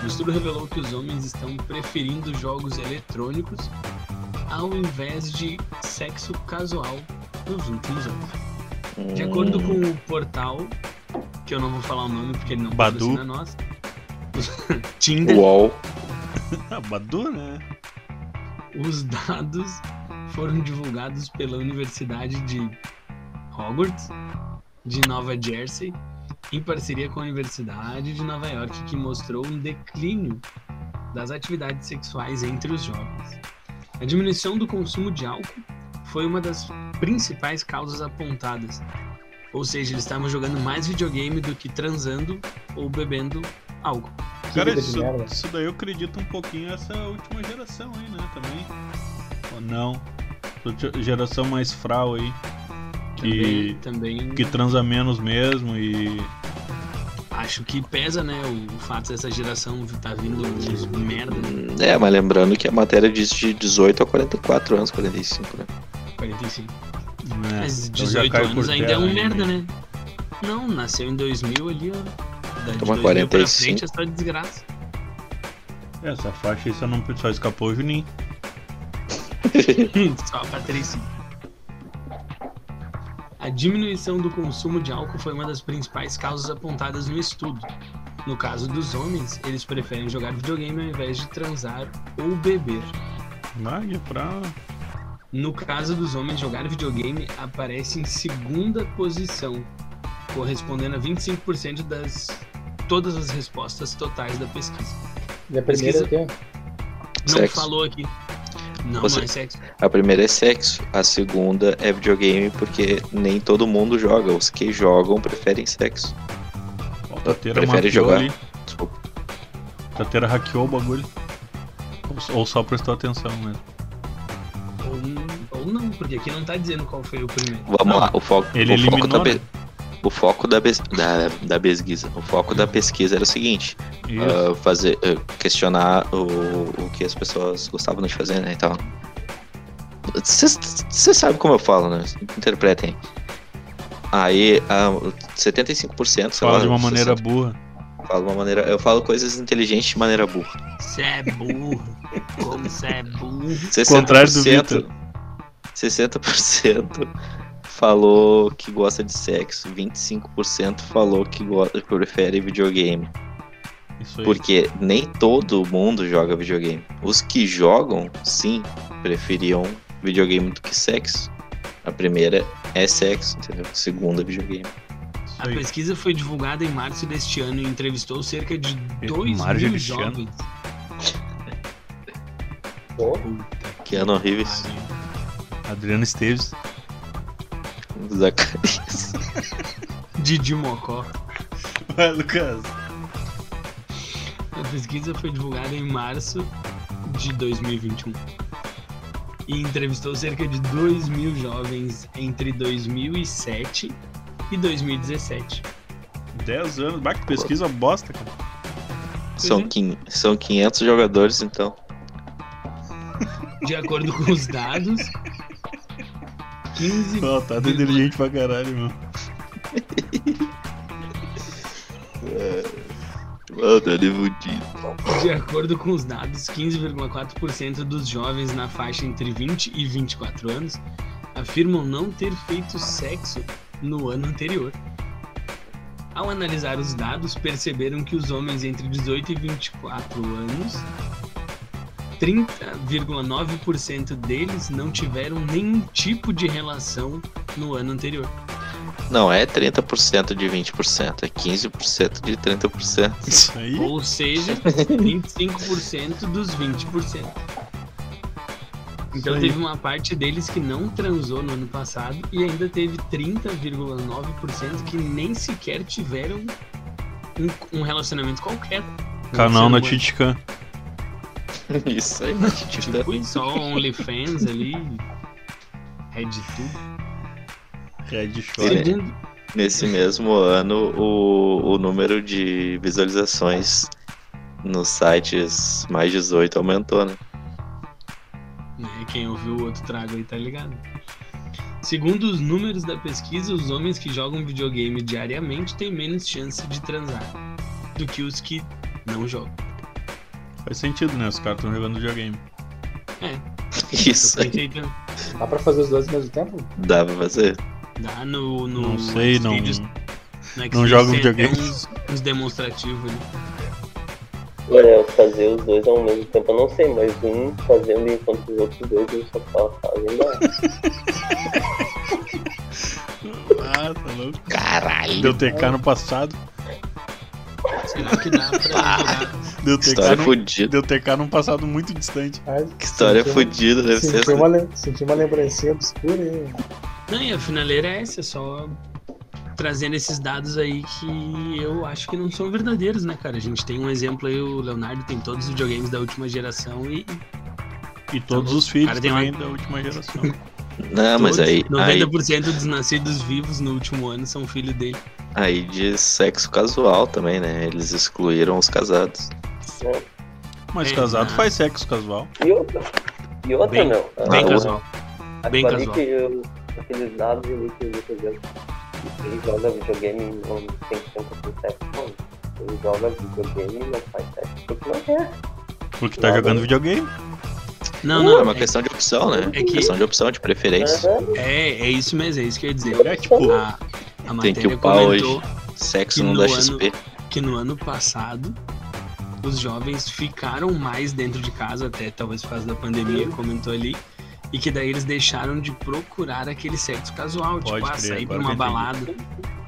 [SPEAKER 5] O estudo revelou que os homens estão preferindo jogos eletrônicos ao invés de sexo casual nos últimos anos. De acordo com o portal, que eu não vou falar o nome porque ele não
[SPEAKER 1] Badu.
[SPEAKER 5] patrocina nós, Tinder,
[SPEAKER 2] UOL.
[SPEAKER 1] Ah, Badu, né?
[SPEAKER 5] os dados foram divulgados pela Universidade de Hogwarts, de Nova Jersey, em parceria com a Universidade de Nova York, que mostrou um declínio das atividades sexuais entre os jovens. A diminuição do consumo de álcool foi uma das principais causas apontadas. Ou seja, eles estavam jogando mais videogame do que transando ou bebendo álcool.
[SPEAKER 4] que
[SPEAKER 1] Cara,
[SPEAKER 4] vida de
[SPEAKER 1] isso,
[SPEAKER 4] merda.
[SPEAKER 1] isso daí eu acredito um pouquinho essa última geração aí, né? Também. Ou não. Ulti- Geração mais fral aí. Que,
[SPEAKER 5] também, também...
[SPEAKER 1] que transa menos mesmo e.
[SPEAKER 5] Acho que pesa, né? O fato dessa geração tá vindo uns merda, né?
[SPEAKER 2] É, mas lembrando que a matéria diz de 18 a 44 anos, 45, né?
[SPEAKER 5] 45.
[SPEAKER 1] né,
[SPEAKER 5] Mas
[SPEAKER 1] então já
[SPEAKER 5] 18
[SPEAKER 1] cai
[SPEAKER 5] anos
[SPEAKER 1] por
[SPEAKER 5] ainda é
[SPEAKER 1] terra
[SPEAKER 5] um
[SPEAKER 1] aí,
[SPEAKER 5] merda, né? Não, nasceu em 2000 ali, ó. Da- De
[SPEAKER 2] Toma
[SPEAKER 5] 2000 pra
[SPEAKER 2] 45.
[SPEAKER 5] frente é só desgraça.
[SPEAKER 1] Essa faixa aí só, não, só escapou o Juninho.
[SPEAKER 5] Só a Patrícia. A diminuição do consumo de álcool foi uma das principais causas apontadas no estudo. No caso dos homens, eles preferem jogar videogame ao invés de transar ou beber.
[SPEAKER 1] Vai, é pra...
[SPEAKER 5] No caso dos homens, jogar videogame aparece em segunda posição, correspondendo a 25% das todas as respostas totais da pesquisa.
[SPEAKER 4] E a primeira
[SPEAKER 5] Pesquisa-
[SPEAKER 4] é o quê?
[SPEAKER 5] Não
[SPEAKER 2] Sexo.
[SPEAKER 5] falou aqui. Não,
[SPEAKER 2] Você-
[SPEAKER 5] não é sexo.
[SPEAKER 2] A primeira é sexo, a segunda é videogame, porque nem todo mundo joga. Os que jogam preferem sexo.
[SPEAKER 1] Ó, Tateira
[SPEAKER 2] Prefere
[SPEAKER 1] mapeou
[SPEAKER 2] jogar.
[SPEAKER 1] ali.
[SPEAKER 2] Desculpa.
[SPEAKER 1] Tateira hackeou o bagulho. Ou, ou só prestou atenção mesmo.
[SPEAKER 5] Ou, ou não, porque aqui não tá dizendo qual foi o primeiro.
[SPEAKER 2] Vamos
[SPEAKER 1] Não,
[SPEAKER 2] lá, o foco,
[SPEAKER 1] ele
[SPEAKER 2] o foco
[SPEAKER 1] eliminou,
[SPEAKER 2] da,
[SPEAKER 1] né?
[SPEAKER 2] pe- o foco da, pes- da, da pesquisa. O foco da pesquisa era o seguinte.
[SPEAKER 1] Isso.
[SPEAKER 2] ah, fazer ah, questionar o, o que as pessoas gostavam de fazer, né? Então, você sabe como eu falo, né? Interpretem. Aí, ah, 75%. sei
[SPEAKER 1] Fala
[SPEAKER 2] lá,
[SPEAKER 1] de uma
[SPEAKER 2] 60,
[SPEAKER 1] maneira burra.
[SPEAKER 2] fala de uma maneira. Eu falo coisas inteligentes de maneira burra.
[SPEAKER 5] Cê é burro. Como cê é burro.
[SPEAKER 2] 60%,
[SPEAKER 1] Contrário do Vitor.
[SPEAKER 2] 60% falou que gosta de sexo, 25% falou que, go- que prefere videogame.
[SPEAKER 1] Isso aí.
[SPEAKER 2] Porque nem todo mundo joga videogame. Os que jogam, sim, preferiam videogame do que sexo. A primeira é sexo, entendeu? A segunda é videogame.
[SPEAKER 1] Isso
[SPEAKER 5] A
[SPEAKER 1] aí.
[SPEAKER 5] pesquisa foi divulgada em março deste ano e entrevistou cerca de
[SPEAKER 1] Em
[SPEAKER 5] 2
[SPEAKER 1] março
[SPEAKER 5] mil
[SPEAKER 1] deste ano?
[SPEAKER 5] jovens.
[SPEAKER 4] Pô,
[SPEAKER 5] Puta
[SPEAKER 2] Que ano horrível. esse.
[SPEAKER 5] pariu.
[SPEAKER 1] Adriano Esteves.
[SPEAKER 2] Zacarias.
[SPEAKER 5] Didi Mocó.
[SPEAKER 1] Vai, Lucas.
[SPEAKER 5] A pesquisa foi divulgada em março de 2021 e entrevistou cerca de 2 mil jovens entre 2007 e 2017.
[SPEAKER 1] 10 anos. Bah, que pesquisa bosta, cara.
[SPEAKER 2] São, quin- são 500 jogadores, então.
[SPEAKER 5] De acordo com os dados, 15
[SPEAKER 1] Ó, tá
[SPEAKER 5] Vírgula.
[SPEAKER 1] inteligente pra caralho, mano.
[SPEAKER 2] Mano, ele é fudido.
[SPEAKER 5] De acordo com os dados, 15,4% dos jovens na faixa entre 20 e 24 anos afirmam não ter feito sexo no ano anterior. Ao analisar os dados, perceberam que os homens entre 18 e 24 anos, 30,9% deles não tiveram nenhum tipo de relação no ano anterior.
[SPEAKER 2] Não, é 30% de 20%. É 15% de 30%.
[SPEAKER 1] Isso aí.
[SPEAKER 5] Ou seja, 25% dos 20%. Então
[SPEAKER 1] Isso aí.
[SPEAKER 5] teve uma parte deles que não transou no ano passado e ainda teve 30,9% que nem sequer tiveram um, um relacionamento qualquer. com
[SPEAKER 1] Canal
[SPEAKER 5] um
[SPEAKER 1] na
[SPEAKER 5] ser humano.
[SPEAKER 1] Titican.
[SPEAKER 2] Isso aí, mano. Tipo,
[SPEAKER 5] Tipo, isso, só OnlyFans ali. Red tudo.
[SPEAKER 1] Red Shore.
[SPEAKER 2] Ele-
[SPEAKER 5] Segundo,
[SPEAKER 2] Nesse mesmo ano, o, o número de visualizações nos sites mais 18 aumentou, né?
[SPEAKER 5] né, quem ouviu o outro trago aí tá ligado. Segundo os números da pesquisa, os homens que jogam videogame diariamente têm menos chance de transar do que os que não jogam.
[SPEAKER 1] Faz sentido, né? Os caras estão jogando videogame.
[SPEAKER 2] Isso aí
[SPEAKER 5] Tentei tran-
[SPEAKER 4] dá pra fazer os dois ao mesmo tempo?
[SPEAKER 2] dá pra fazer.
[SPEAKER 5] Dá no, no
[SPEAKER 1] não sei, não.
[SPEAKER 5] Xvideos- no
[SPEAKER 1] não
[SPEAKER 5] Xvideos
[SPEAKER 1] jogo
[SPEAKER 5] tem até
[SPEAKER 1] videogame.
[SPEAKER 5] Uns, uns demonstrativos né? ali.
[SPEAKER 3] Olha, fazer os dois ao mesmo tempo, eu não sei, mas um fazendo enquanto os outros dois no sofá fazem. não.
[SPEAKER 1] Ah, tá louco.
[SPEAKER 2] Caralho!
[SPEAKER 1] Deu TK no passado.
[SPEAKER 5] Será que dá pra jogar?
[SPEAKER 1] Deu
[SPEAKER 2] Que história
[SPEAKER 1] TK, no...
[SPEAKER 2] fudida.
[SPEAKER 1] Deu TK num passado muito distante.
[SPEAKER 4] Ai,
[SPEAKER 2] Que história
[SPEAKER 4] senti-
[SPEAKER 2] fudida deve ser
[SPEAKER 4] Senti
[SPEAKER 2] essa.
[SPEAKER 4] uma, lem- senti uma lembrancinha obscura hein?
[SPEAKER 5] Não, e a finaleira é essa, só trazendo esses dados aí que eu acho que não são verdadeiros, né, cara? A gente tem um exemplo aí, o Leonardo tem todos os videogames da última geração e
[SPEAKER 1] E todos
[SPEAKER 5] louco.
[SPEAKER 1] os filhos
[SPEAKER 5] Cara, tem
[SPEAKER 1] também da última geração.
[SPEAKER 2] Não, Ah, mas aí,
[SPEAKER 5] todos,
[SPEAKER 2] aí,
[SPEAKER 5] 90% dos nascidos vivos no último ano são filho dele.
[SPEAKER 2] aí de sexo casual também, né? Eles excluíram os casados.
[SPEAKER 1] Mas
[SPEAKER 5] Tem,
[SPEAKER 1] casado
[SPEAKER 5] né?
[SPEAKER 1] faz sexo casual.
[SPEAKER 3] né? E outra, e outra
[SPEAKER 5] Bem-
[SPEAKER 3] meu.
[SPEAKER 5] Bem
[SPEAKER 2] Ah,
[SPEAKER 5] casual.
[SPEAKER 3] Ah,
[SPEAKER 5] bem
[SPEAKER 3] falei
[SPEAKER 5] casual.
[SPEAKER 3] que eu- aqueles dados ali que o Lucas deu, que ele joga videogame e não tem tempo de sexo, mano. Ele joga videogame e não faz sexo porque não quer.
[SPEAKER 1] Porque tá
[SPEAKER 4] Nada.
[SPEAKER 1] jogando videogame.
[SPEAKER 5] Não, não.
[SPEAKER 2] é uma
[SPEAKER 5] é-
[SPEAKER 2] questão de opção, né?
[SPEAKER 5] É que-
[SPEAKER 2] Questão de opção, de preferência.
[SPEAKER 5] É, é isso mesmo, é isso que eu ia dizer.
[SPEAKER 1] É tipo,
[SPEAKER 2] Ah.
[SPEAKER 5] A, a
[SPEAKER 2] Tem que
[SPEAKER 5] matéria
[SPEAKER 2] upar
[SPEAKER 5] comentou
[SPEAKER 2] Sexo
[SPEAKER 5] Que
[SPEAKER 2] não
[SPEAKER 5] no
[SPEAKER 2] dá
[SPEAKER 5] ano-
[SPEAKER 2] XP.
[SPEAKER 5] que no ano passado os jovens ficaram mais dentro de casa, até talvez por causa da pandemia,
[SPEAKER 1] Uhum.
[SPEAKER 5] comentou ali. E que daí eles deixaram de procurar aquele sexo casual,
[SPEAKER 1] Pode
[SPEAKER 5] tipo, ah,
[SPEAKER 1] crer,
[SPEAKER 5] sair pra
[SPEAKER 1] agora
[SPEAKER 5] uma
[SPEAKER 1] que eu
[SPEAKER 5] balada.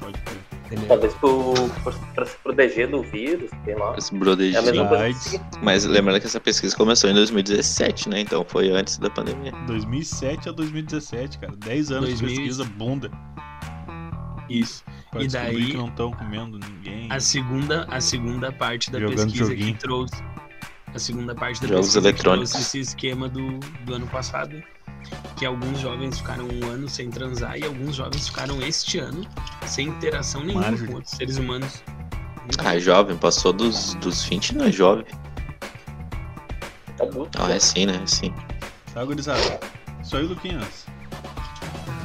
[SPEAKER 1] pode crer.
[SPEAKER 5] Entendeu?
[SPEAKER 3] Talvez pro, pro- pra se proteger do vírus, sei lá.
[SPEAKER 2] Esse
[SPEAKER 3] É a
[SPEAKER 2] brodezinho.
[SPEAKER 3] mesma
[SPEAKER 1] Sim.
[SPEAKER 3] coisa
[SPEAKER 1] AIDS.
[SPEAKER 3] que
[SPEAKER 2] Mas lembrando que essa pesquisa começou em 2017, né? Então foi antes da pandemia.
[SPEAKER 1] 2007 a 2017, cara. 10 anos de
[SPEAKER 5] 2000.
[SPEAKER 1] pesquisa bunda.
[SPEAKER 5] Isso.
[SPEAKER 1] Pra
[SPEAKER 5] E
[SPEAKER 1] descobrir
[SPEAKER 5] daí-
[SPEAKER 1] que não estão comendo ninguém.
[SPEAKER 5] A segunda, a segunda parte da
[SPEAKER 1] Jogando
[SPEAKER 5] pesquisa
[SPEAKER 1] joguinho.
[SPEAKER 5] que trouxe. A segunda parte da
[SPEAKER 2] Jogos
[SPEAKER 5] pesquisa
[SPEAKER 2] eletrônicos.
[SPEAKER 5] que trouxe esse esquema do, do ano passado. Que alguns jovens ficaram um ano sem transar e alguns jovens ficaram este ano sem interação nenhuma
[SPEAKER 1] Marjorie.
[SPEAKER 5] com outros seres humanos.
[SPEAKER 2] Ah, jovem, passou dos, dos 20, não é jovem.
[SPEAKER 3] tá bom.
[SPEAKER 2] Ah, é sim, né? É sim.
[SPEAKER 1] Tá, gurizada? Isso aí, Luquinhas.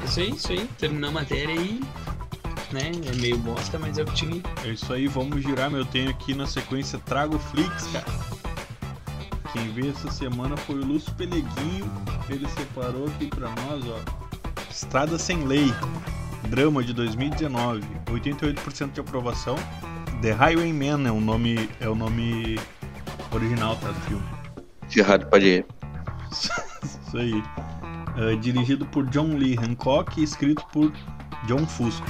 [SPEAKER 5] Isso aí, isso aí. Terminou a matéria e. Né? É meio bosta, mas é o que tinha.
[SPEAKER 1] É isso aí, vamos girar, meu. Eu tenho aqui na sequência Trago Flix, cara. Quem veio essa semana foi o Lúcio Peleguinho. Ele separou aqui pra nós, ó. Estrada Sem Lei, drama de 2019, 88% de aprovação. The Highwayman é o nome, é o nome original tá, do filme.
[SPEAKER 2] Gerardo pode ir.
[SPEAKER 1] Isso aí. É, dirigido por John Lee Hancock e escrito por John Fusco.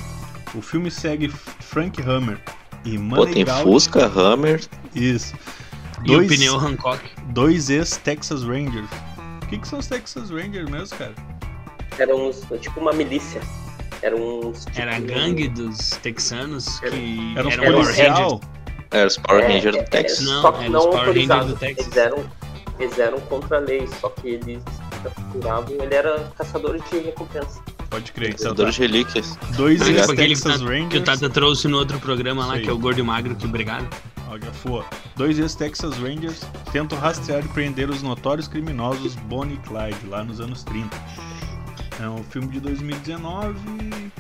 [SPEAKER 1] O filme segue F- Frank Hammer e
[SPEAKER 2] Pô,
[SPEAKER 1] Money
[SPEAKER 2] tem Fusca, Hammer.
[SPEAKER 1] Isso.
[SPEAKER 5] E o
[SPEAKER 1] Dois,
[SPEAKER 5] pneu Hancock.
[SPEAKER 1] dois ex-Texas Rangers. O que, que são os Texas Rangers mesmo, cara?
[SPEAKER 3] Era uns, tipo uma milícia. Era uns. tipo,
[SPEAKER 5] Era a gangue dos texanos que
[SPEAKER 1] Era um
[SPEAKER 5] eram Power Rangers.
[SPEAKER 1] policial?
[SPEAKER 2] Era os Power
[SPEAKER 3] É,
[SPEAKER 2] Rangers
[SPEAKER 3] é,
[SPEAKER 2] do Texas.
[SPEAKER 5] Não,
[SPEAKER 3] Só que
[SPEAKER 5] era
[SPEAKER 3] não
[SPEAKER 5] os Power Rangers do
[SPEAKER 3] autorizados.
[SPEAKER 5] Texas.
[SPEAKER 3] Eles eram, eles eram contra a lei, só que eles capturavam. Ele era caçador de recompensa.
[SPEAKER 1] Pode crer.
[SPEAKER 3] é.
[SPEAKER 1] Então, tá.
[SPEAKER 2] Caçadores de relíquias.
[SPEAKER 1] Dois
[SPEAKER 5] Ah, tipo aquele
[SPEAKER 1] ex-Texas
[SPEAKER 5] tá- Que o
[SPEAKER 1] Rangers.
[SPEAKER 5] Tata trouxe no outro programa lá,
[SPEAKER 1] Isso aí.
[SPEAKER 5] que é o Gordo e Magro, que brigaram.
[SPEAKER 1] Ó, já foi. Dois ex-Texas Rangers tentam rastrear e prender os notórios criminosos Bonnie e Clyde, lá nos anos 30. É um filme de 2019,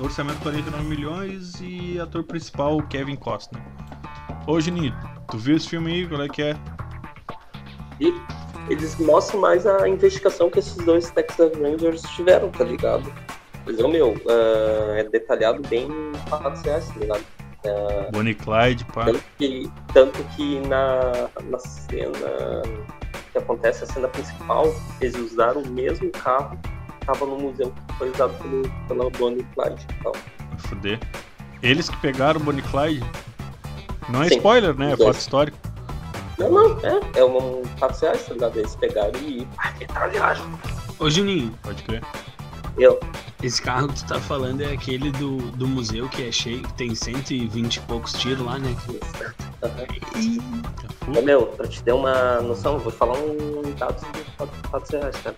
[SPEAKER 1] orçamento 49 milhões e ator principal o Kevin Costner. Ô, Gini, tu viu esse filme aí? Qual é que é?
[SPEAKER 3] E eles mostram mais a investigação que esses dois Texas Rangers tiveram, tá ligado? Mas, ô, meu, ah, é detalhado bem em fatos reais, tá ligado?
[SPEAKER 1] Bonnie e Clyde, pá.
[SPEAKER 3] Tanto que, tanto que na, na cena que acontece, a cena principal, eles usaram o mesmo carro que estava no museu, que foi usado pelo, pela Bonnie e Clyde. Então,
[SPEAKER 1] Vai Fuder. Eles que pegaram o Bonnie e Clyde? Não é
[SPEAKER 3] Sim.
[SPEAKER 1] spoiler, né? É
[SPEAKER 3] Os dois.
[SPEAKER 1] fato histórico.
[SPEAKER 3] não, não, é, é um fato reais, tá ligado? Eles pegaram e. Ah, detalhagem!
[SPEAKER 5] Ô, Juninho,
[SPEAKER 1] Pode crer.
[SPEAKER 3] Eu,
[SPEAKER 5] esse carro que tu tá falando é aquele do, do museu que é cheio, que tem 120 e poucos tiros lá, né?
[SPEAKER 1] Tá
[SPEAKER 3] Ô,
[SPEAKER 1] fu-
[SPEAKER 3] meu, pra te ter uma noção, eu vou falar um dado sobre fatos- fatos reais, cara.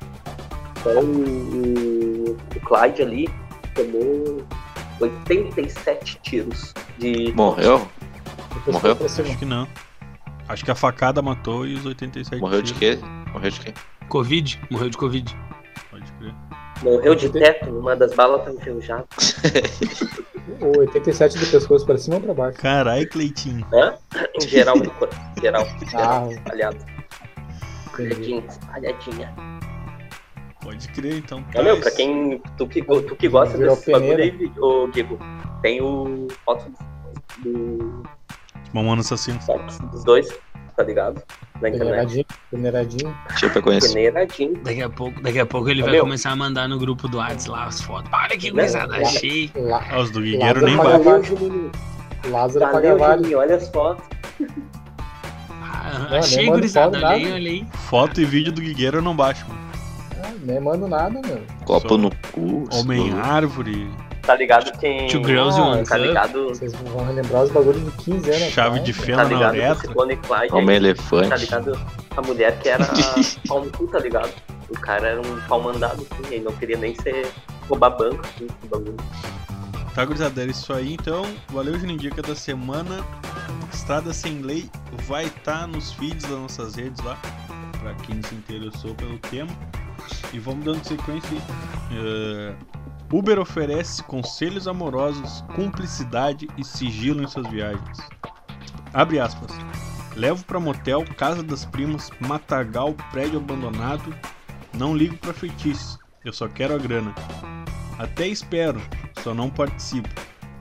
[SPEAKER 3] Então, o, o Clyde ali tomou 87 tiros de.
[SPEAKER 2] Morreu?
[SPEAKER 4] Depois
[SPEAKER 2] Morreu?
[SPEAKER 4] que eu cresci,
[SPEAKER 1] Acho que não. Acho que a facada matou e os 87
[SPEAKER 2] Morreu de
[SPEAKER 1] tiros.
[SPEAKER 2] quê? Morreu de quê?
[SPEAKER 5] Covid, morreu de Covid.
[SPEAKER 1] Pode crer.
[SPEAKER 3] Morreu de teto, uma das balas tá enferrujada.
[SPEAKER 4] O 87 do pescoço pra cima ou pra baixo?
[SPEAKER 1] Carai, Cleitinho.
[SPEAKER 3] Em geral, do corpo. Em geral,
[SPEAKER 4] Ah,
[SPEAKER 3] aliado.
[SPEAKER 4] entendi.
[SPEAKER 3] Espalhadinha, espalhadinha.
[SPEAKER 1] Pode crer, então.
[SPEAKER 3] Ô, meu, pra
[SPEAKER 1] esse-
[SPEAKER 3] quem. Tu que, go- tu que gosta
[SPEAKER 4] Virou
[SPEAKER 3] desse bagulho
[SPEAKER 4] peneira.
[SPEAKER 3] aí, ô Guigo, tem o foto do
[SPEAKER 1] Mamãe assassino.
[SPEAKER 3] fotos dos dois, tá ligado? Na internet.
[SPEAKER 4] Peneiradinho, peneiradinho.
[SPEAKER 2] Tipo, eu conheço.
[SPEAKER 3] Peneiradinho.
[SPEAKER 5] Daqui a pouco, daqui a pouco ele
[SPEAKER 3] Ô,
[SPEAKER 5] vai
[SPEAKER 3] meu.
[SPEAKER 5] começar a mandar no grupo do Whats lá as fotos. Olha
[SPEAKER 4] Né?
[SPEAKER 5] que gurizada,
[SPEAKER 4] Não,
[SPEAKER 5] achei.
[SPEAKER 4] Lá,
[SPEAKER 1] Ah, os do Guigueiro nem
[SPEAKER 4] Lázaro
[SPEAKER 1] bate.
[SPEAKER 4] Pagavale.
[SPEAKER 3] Valeu, Juninho.
[SPEAKER 4] Lázaro
[SPEAKER 3] Valeu,
[SPEAKER 4] Pagavalho.
[SPEAKER 3] Juninho. Olha as fotos.
[SPEAKER 5] Ah,
[SPEAKER 4] nem
[SPEAKER 5] achei,
[SPEAKER 4] mando
[SPEAKER 5] gurizada,
[SPEAKER 4] foto, nada.
[SPEAKER 5] olhei, olhei.
[SPEAKER 1] Foto e vídeo do Guigueiro eu não baixo. mano.
[SPEAKER 4] Ah, nem mando nada, meu.
[SPEAKER 2] Copo
[SPEAKER 1] Só-
[SPEAKER 2] no cu.
[SPEAKER 1] Homem
[SPEAKER 2] escuro.
[SPEAKER 1] árvore,
[SPEAKER 3] Tá ligado quem.
[SPEAKER 5] Two girls e
[SPEAKER 4] Ah,
[SPEAKER 5] one
[SPEAKER 3] Tá
[SPEAKER 5] cup.
[SPEAKER 3] ligado.
[SPEAKER 4] Vocês vão relembrar os bagulhos de 15 anos.
[SPEAKER 1] chave
[SPEAKER 4] atrás,
[SPEAKER 1] de
[SPEAKER 4] né?
[SPEAKER 1] fenda
[SPEAKER 3] Tá
[SPEAKER 1] na
[SPEAKER 3] ligado do
[SPEAKER 1] uretra.
[SPEAKER 3] Ciclone Clyde.
[SPEAKER 2] Homem
[SPEAKER 3] Tá
[SPEAKER 2] elefante.
[SPEAKER 3] ligado? A mulher que era pau no cu, tá ligado? O cara era um pau mandado, assim, ele não queria nem ser roubar banco, assim, esse bagulho.
[SPEAKER 1] Tá, gurizada, era isso aí. Então, valeu, Juninho. Dica da semana. Estrada Sem Lei vai estar nos feeds das nossas redes lá, pra quem se interessou pelo tema. E vamos dando sequência aí. Eh, Uber oferece conselhos amorosos, cumplicidade e sigilo em suas viagens. Abre aspas. Levo pra motel, casa das primas, matagal, prédio abandonado. Não ligo pra feitiço. Eu só quero a grana. Até espero, só não participo.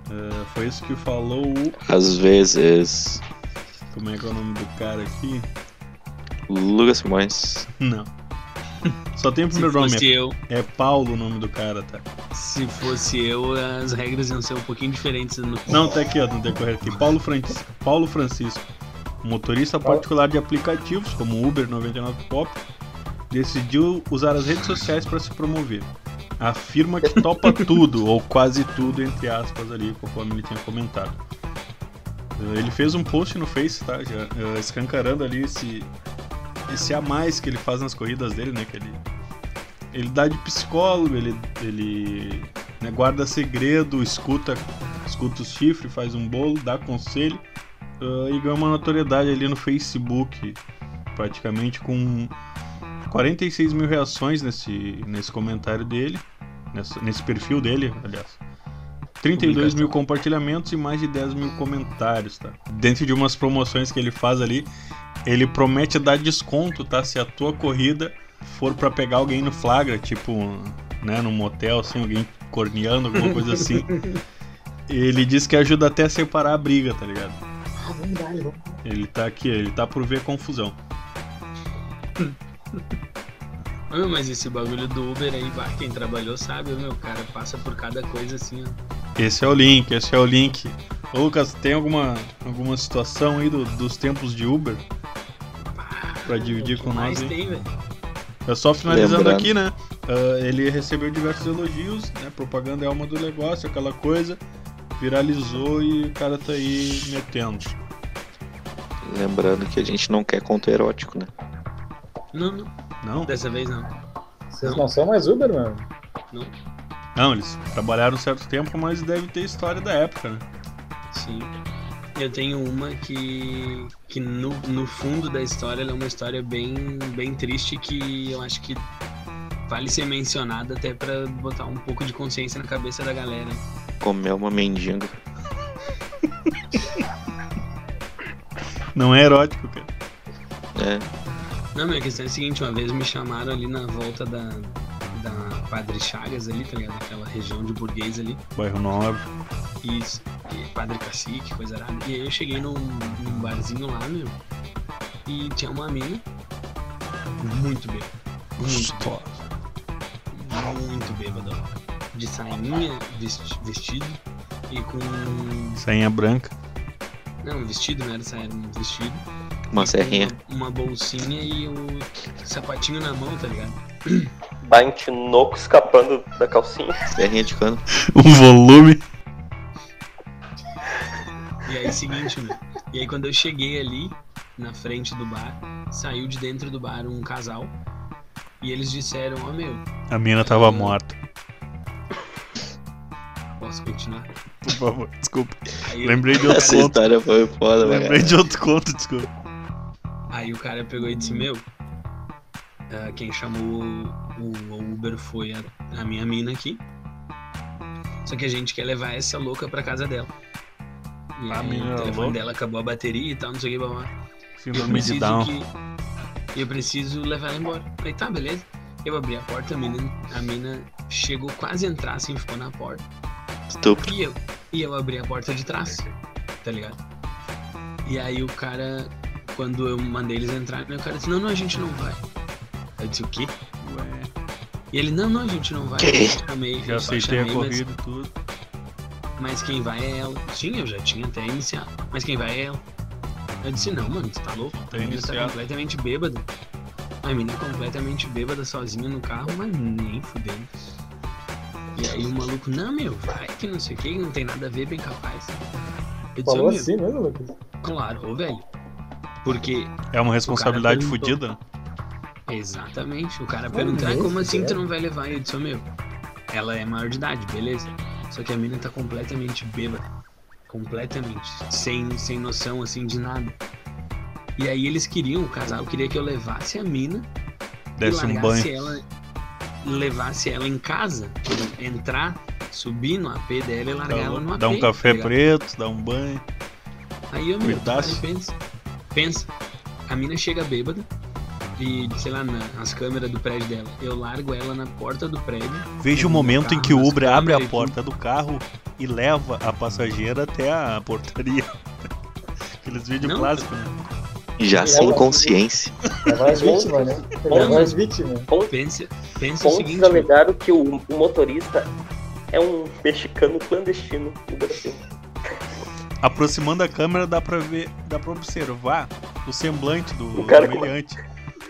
[SPEAKER 1] Ah, foi isso que falou o.
[SPEAKER 2] Às vezes.
[SPEAKER 1] Como é que é o nome do cara aqui?
[SPEAKER 2] Lucas Simões.
[SPEAKER 1] Não. Só tem o
[SPEAKER 5] Se
[SPEAKER 1] primeiro nome.
[SPEAKER 5] fosse eu,
[SPEAKER 1] É, é Paulo o nome do cara, tá?
[SPEAKER 5] se fosse eu, as regras iam ser um pouquinho diferentes no
[SPEAKER 1] Não, tá aqui, ó, no decorrer aqui. Paulo Francisco. Paulo Francisco, motorista particular de aplicativos, como Uber 99 Pop, decidiu usar as redes sociais para se promover. Afirma que topa tudo, ou quase tudo, entre aspas, ali, conforme ele tinha comentado. Eh, Ele fez um post no Face, tá? Já, eh, escancarando ali esse, esse a mais que ele faz nas corridas dele, né? Que ele, ele dá de psicólogo, ele, ele né, guarda segredo, escuta escuta o chifre, faz um bolo, dá conselho ah, e ganha uma notoriedade ali no Facebook, praticamente com 46 mil reações nesse, nesse comentário dele, nessa- nesse perfil dele, aliás. 32 mil compartilhamentos e mais de 10 mil comentários, tá? Dentro de umas promoções que ele faz ali, ele promete dar desconto, tá? Se a tua corrida for pra pegar alguém no flagra, tipo, né, num motel, assim, alguém corneando, alguma coisa assim. Ele diz que ajuda até a separar a briga, tá ligado?
[SPEAKER 4] Ah, vamos dar, vamos.
[SPEAKER 1] Ele tá aqui, ele tá por ver confusão.
[SPEAKER 5] Ô, meu, Ah, mas esse bagulho do Uber aí, bah, quem trabalhou sabe, ô, meu, o cara passa por cada coisa assim, ó.
[SPEAKER 1] Esse é o link, esse é o link. Ô, Lucas, tem alguma, alguma situação aí do- dos tempos de Uber pra dividir
[SPEAKER 5] O que
[SPEAKER 1] com
[SPEAKER 5] mais
[SPEAKER 1] nós? hein?
[SPEAKER 5] tem, velho?
[SPEAKER 1] É só finalizando
[SPEAKER 2] Lembrando.
[SPEAKER 1] aqui, né? Ah, ele recebeu diversos elogios, né? Propaganda é alma do negócio, aquela coisa. Viralizou e o cara tá aí metendo.
[SPEAKER 2] Lembrando que a gente não quer conto erótico, né?
[SPEAKER 5] Não, não,
[SPEAKER 1] Não?
[SPEAKER 5] dessa vez não.
[SPEAKER 4] Vocês não são mais Uber, mano?
[SPEAKER 1] Não, eles trabalharam um certo tempo, mas deve ter história da época, né?
[SPEAKER 5] Sim. Eu tenho uma que, que no, no fundo da história ela é uma história bem, bem triste que eu acho que vale ser mencionada até pra botar um pouco de consciência na cabeça da galera.
[SPEAKER 2] Comer uma mendiga.
[SPEAKER 1] Não é erótico, cara.
[SPEAKER 2] É,
[SPEAKER 5] Não, minha questão é a seguinte, uma vez me chamaram ali na volta da, da Padre Chagas ali, tá ligado? Aquela região de burguês ali.
[SPEAKER 1] Bairro Nobre.
[SPEAKER 5] Isso, e Padre Cacique, coisa arada. E aí eu cheguei num, num barzinho lá, meu, e tinha uma mina muito bêbada. Muito
[SPEAKER 1] Gostosa.
[SPEAKER 5] bêbada, muito bêbada. De sainha, vesti- vestido, e com...
[SPEAKER 1] Sainha branca.
[SPEAKER 5] Não, vestido não era saia, era um vestido.
[SPEAKER 2] uma
[SPEAKER 5] e com
[SPEAKER 2] serrinha.
[SPEAKER 5] Uma, uma bolsinha e o sapatinho na mão, tá ligado?
[SPEAKER 6] Bantinoco escapando da calcinha.
[SPEAKER 2] Serrinha de cano.
[SPEAKER 1] Um volume.
[SPEAKER 5] E aí, seguinte, meu. E aí, quando eu cheguei ali, na frente do bar, saiu de dentro do bar um casal. E eles disseram: Ó, meu,
[SPEAKER 1] A mina tava morta.
[SPEAKER 5] posso continuar?
[SPEAKER 1] Por favor, desculpa.
[SPEAKER 5] Aí,
[SPEAKER 1] Lembrei de outro
[SPEAKER 2] Essa
[SPEAKER 1] conto.
[SPEAKER 2] história foi
[SPEAKER 6] Tá
[SPEAKER 2] foda,
[SPEAKER 1] Lembrei
[SPEAKER 2] velho.
[SPEAKER 1] de outro conto, desculpa.
[SPEAKER 5] aí o cara pegou e disse: Meu, ah, quem chamou o, o Uber foi a, a minha mina aqui. Só que a gente quer levar essa louca pra casa dela. E
[SPEAKER 1] A
[SPEAKER 5] aí,
[SPEAKER 1] mina
[SPEAKER 5] o telefone
[SPEAKER 1] louca?
[SPEAKER 5] dela acabou a bateria e tal, não sei o que, blá, blá, blá. eu
[SPEAKER 1] Síndrome de
[SPEAKER 5] preciso
[SPEAKER 1] Down.
[SPEAKER 5] que- Eu preciso levar ela embora. Falei, tá, beleza. Eu abri a porta, a mina, a mina chegou quase a entrar, assim, ficou na porta.
[SPEAKER 2] Estupro.
[SPEAKER 5] E eu, e eu abri a porta de trás, tá ligado? E aí o cara, quando eu mandei eles entrarem, né, o cara disse, não, não, a gente não vai. Eu disse, o quê? E ele, não, não, a gente não vai. Eu só chamei, eu
[SPEAKER 1] Já
[SPEAKER 5] só
[SPEAKER 1] aceitei
[SPEAKER 5] chamei,
[SPEAKER 1] a
[SPEAKER 5] mas-
[SPEAKER 1] corrida e tudo.
[SPEAKER 5] mas quem vai é ela. Sim, eu já tinha até iniciado. Mas quem vai é ela. Eu disse, não, mano, tu tá louco?
[SPEAKER 1] Tá
[SPEAKER 5] a menina tá
[SPEAKER 1] iniciado.
[SPEAKER 5] completamente bêbada. A menina completamente bêbada sozinha no carro, mas nem fudendo. E aí o maluco, não, meu, vai que não sei o que, não tem nada a ver, bem capaz. Eu disse,
[SPEAKER 4] Falou
[SPEAKER 5] ô, meu,
[SPEAKER 4] assim mesmo, Lucas?
[SPEAKER 5] claro, ô velho. Porque,
[SPEAKER 1] É uma responsabilidade
[SPEAKER 5] perguntou.
[SPEAKER 1] fodida.
[SPEAKER 5] exatamente, o cara perguntou, ah,
[SPEAKER 4] mesmo,
[SPEAKER 5] como assim tu
[SPEAKER 4] é.
[SPEAKER 5] não vai levar? Eu disse, ô, meu, ela é maior de idade, beleza. Só que a mina tá completamente bêbada. Completamente. Sem, sem noção, assim, de nada. E aí eles queriam, o casal queria que eu levasse a mina
[SPEAKER 1] Desce
[SPEAKER 5] e
[SPEAKER 1] um
[SPEAKER 5] largasse
[SPEAKER 1] banho.
[SPEAKER 5] ela. Levasse ela em casa, entrar, subir no AP dela e largar
[SPEAKER 1] Dá
[SPEAKER 5] ela no
[SPEAKER 1] um-
[SPEAKER 5] AP.
[SPEAKER 1] Dá um
[SPEAKER 5] tá
[SPEAKER 1] café
[SPEAKER 5] ligado?
[SPEAKER 1] preto, dá um banho.
[SPEAKER 5] Aí eu me
[SPEAKER 1] Cuidasse.
[SPEAKER 5] penso. Pensa, a mina chega bêbada e, sei lá, na- nas câmeras do prédio dela. Eu largo ela na porta do prédio.
[SPEAKER 1] Veja o momento em que o
[SPEAKER 5] Carro,
[SPEAKER 1] Uber
[SPEAKER 5] as
[SPEAKER 1] abre a
[SPEAKER 5] câmeras e
[SPEAKER 1] porta do carro e leva a passageira até a portaria. Aqueles vídeos
[SPEAKER 5] Não.
[SPEAKER 1] clássicos, né?
[SPEAKER 2] Já
[SPEAKER 4] É,
[SPEAKER 2] sem
[SPEAKER 4] mas-
[SPEAKER 2] consciência.
[SPEAKER 4] Levar as vítimas, né? Levar as vítimas.
[SPEAKER 5] Pensa, pensa o
[SPEAKER 3] Pontos
[SPEAKER 5] seguinte, meu,
[SPEAKER 3] alegaram que o, o motorista
[SPEAKER 6] É um mexicano clandestino do Brasil.
[SPEAKER 1] Aproximando a câmera dá pra ver, dá pra observar o semblante do
[SPEAKER 6] O cara com-
[SPEAKER 1] meliante.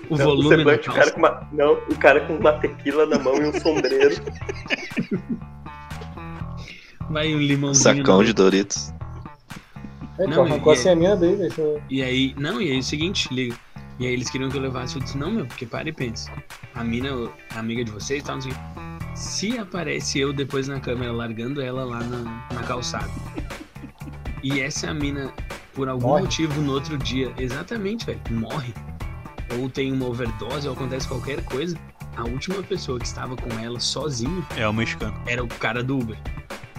[SPEAKER 5] o
[SPEAKER 6] Não,
[SPEAKER 5] volume da
[SPEAKER 6] semblante, o cara
[SPEAKER 5] calça.
[SPEAKER 6] com uma, Não, o cara com uma tequila na mão e um sombreiro.
[SPEAKER 5] Vai um limãozinho.
[SPEAKER 2] Sacão
[SPEAKER 5] no-
[SPEAKER 2] de Doritos.
[SPEAKER 4] É, tu
[SPEAKER 5] Não,
[SPEAKER 4] arrancou
[SPEAKER 5] e-
[SPEAKER 4] a senha minha daí, deixa eu...
[SPEAKER 5] E aí, não, e aí é o seguinte, liga. E aí eles queriam que eu levasse, eu disse, não, meu, porque para e pensa. A mina, a amiga de vocês e tal, não sei o quê. Se aparece eu depois na câmera largando ela lá na, na calçada. E essa mina, por algum
[SPEAKER 4] Morre.
[SPEAKER 5] motivo, no outro dia, exatamente, velho, morre. Ou tem uma overdose, ou acontece qualquer coisa. A última pessoa que estava com ela sozinho
[SPEAKER 1] É o mexicano.
[SPEAKER 5] era o cara do Uber.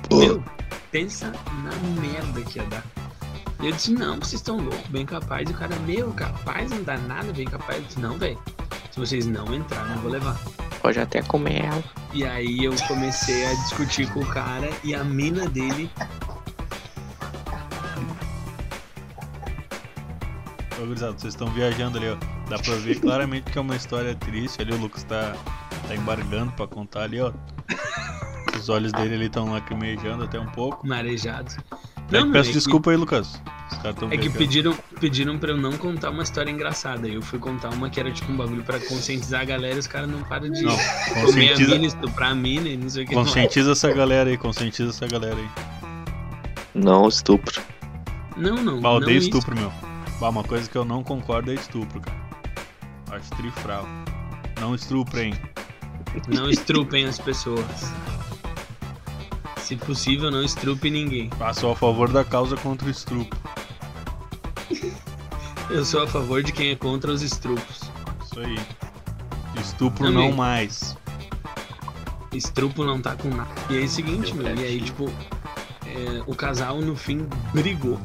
[SPEAKER 2] Pô.
[SPEAKER 5] Meu, pensa na merda que ia dar. E eu disse, não, vocês estão loucos, bem capaz. E o cara, meu, capaz, não dá nada, bem capaz. Eu disse, não, velho. Se vocês não entrarem, eu vou levar.
[SPEAKER 2] Pode até comer ela.
[SPEAKER 5] E aí eu comecei a discutir com o cara e a mina dele.
[SPEAKER 1] Ô, gurizada, vocês estão viajando ali, ó. Dá pra ver claramente que é uma história triste ali. O Lucas tá, tá embargando pra contar ali, ó. Os olhos dele ali estão lacrimejando até um pouco.
[SPEAKER 5] Marejado.
[SPEAKER 1] Eu peço
[SPEAKER 5] é
[SPEAKER 1] desculpa aí, Lucas. Os caras tão
[SPEAKER 5] Que, é que
[SPEAKER 1] viajando.
[SPEAKER 5] pediram, pediram pra eu não contar uma história engraçada. Eu fui contar uma que era tipo um bagulho pra conscientizar a galera e os caras não param de
[SPEAKER 1] Não,
[SPEAKER 5] comer a
[SPEAKER 1] conscientiza,
[SPEAKER 5] mina, estuprar a mina e não é. sei o que.
[SPEAKER 1] conscientiza essa galera aí, conscientiza essa galera aí.
[SPEAKER 2] Não, estupro.
[SPEAKER 5] Não, não.
[SPEAKER 1] Bah,
[SPEAKER 5] não é
[SPEAKER 1] odeio
[SPEAKER 5] isso.
[SPEAKER 1] estupro, meu. Bah, uma coisa que eu não concordo é estupro, cara. Acho trifral. Não estuprem.
[SPEAKER 5] Não estrupem as pessoas. Se possível, não estrupe ninguém.
[SPEAKER 1] Ah, sou a favor da causa contra o estupro.
[SPEAKER 5] Eu sou a favor de quem é contra os estrupos.
[SPEAKER 1] Isso aí. Estupro
[SPEAKER 5] Também.
[SPEAKER 1] não mais.
[SPEAKER 5] Estrupo não tá com nada. E aí é o seguinte, meu, e aí, tipo, é, o casal no fim brigou.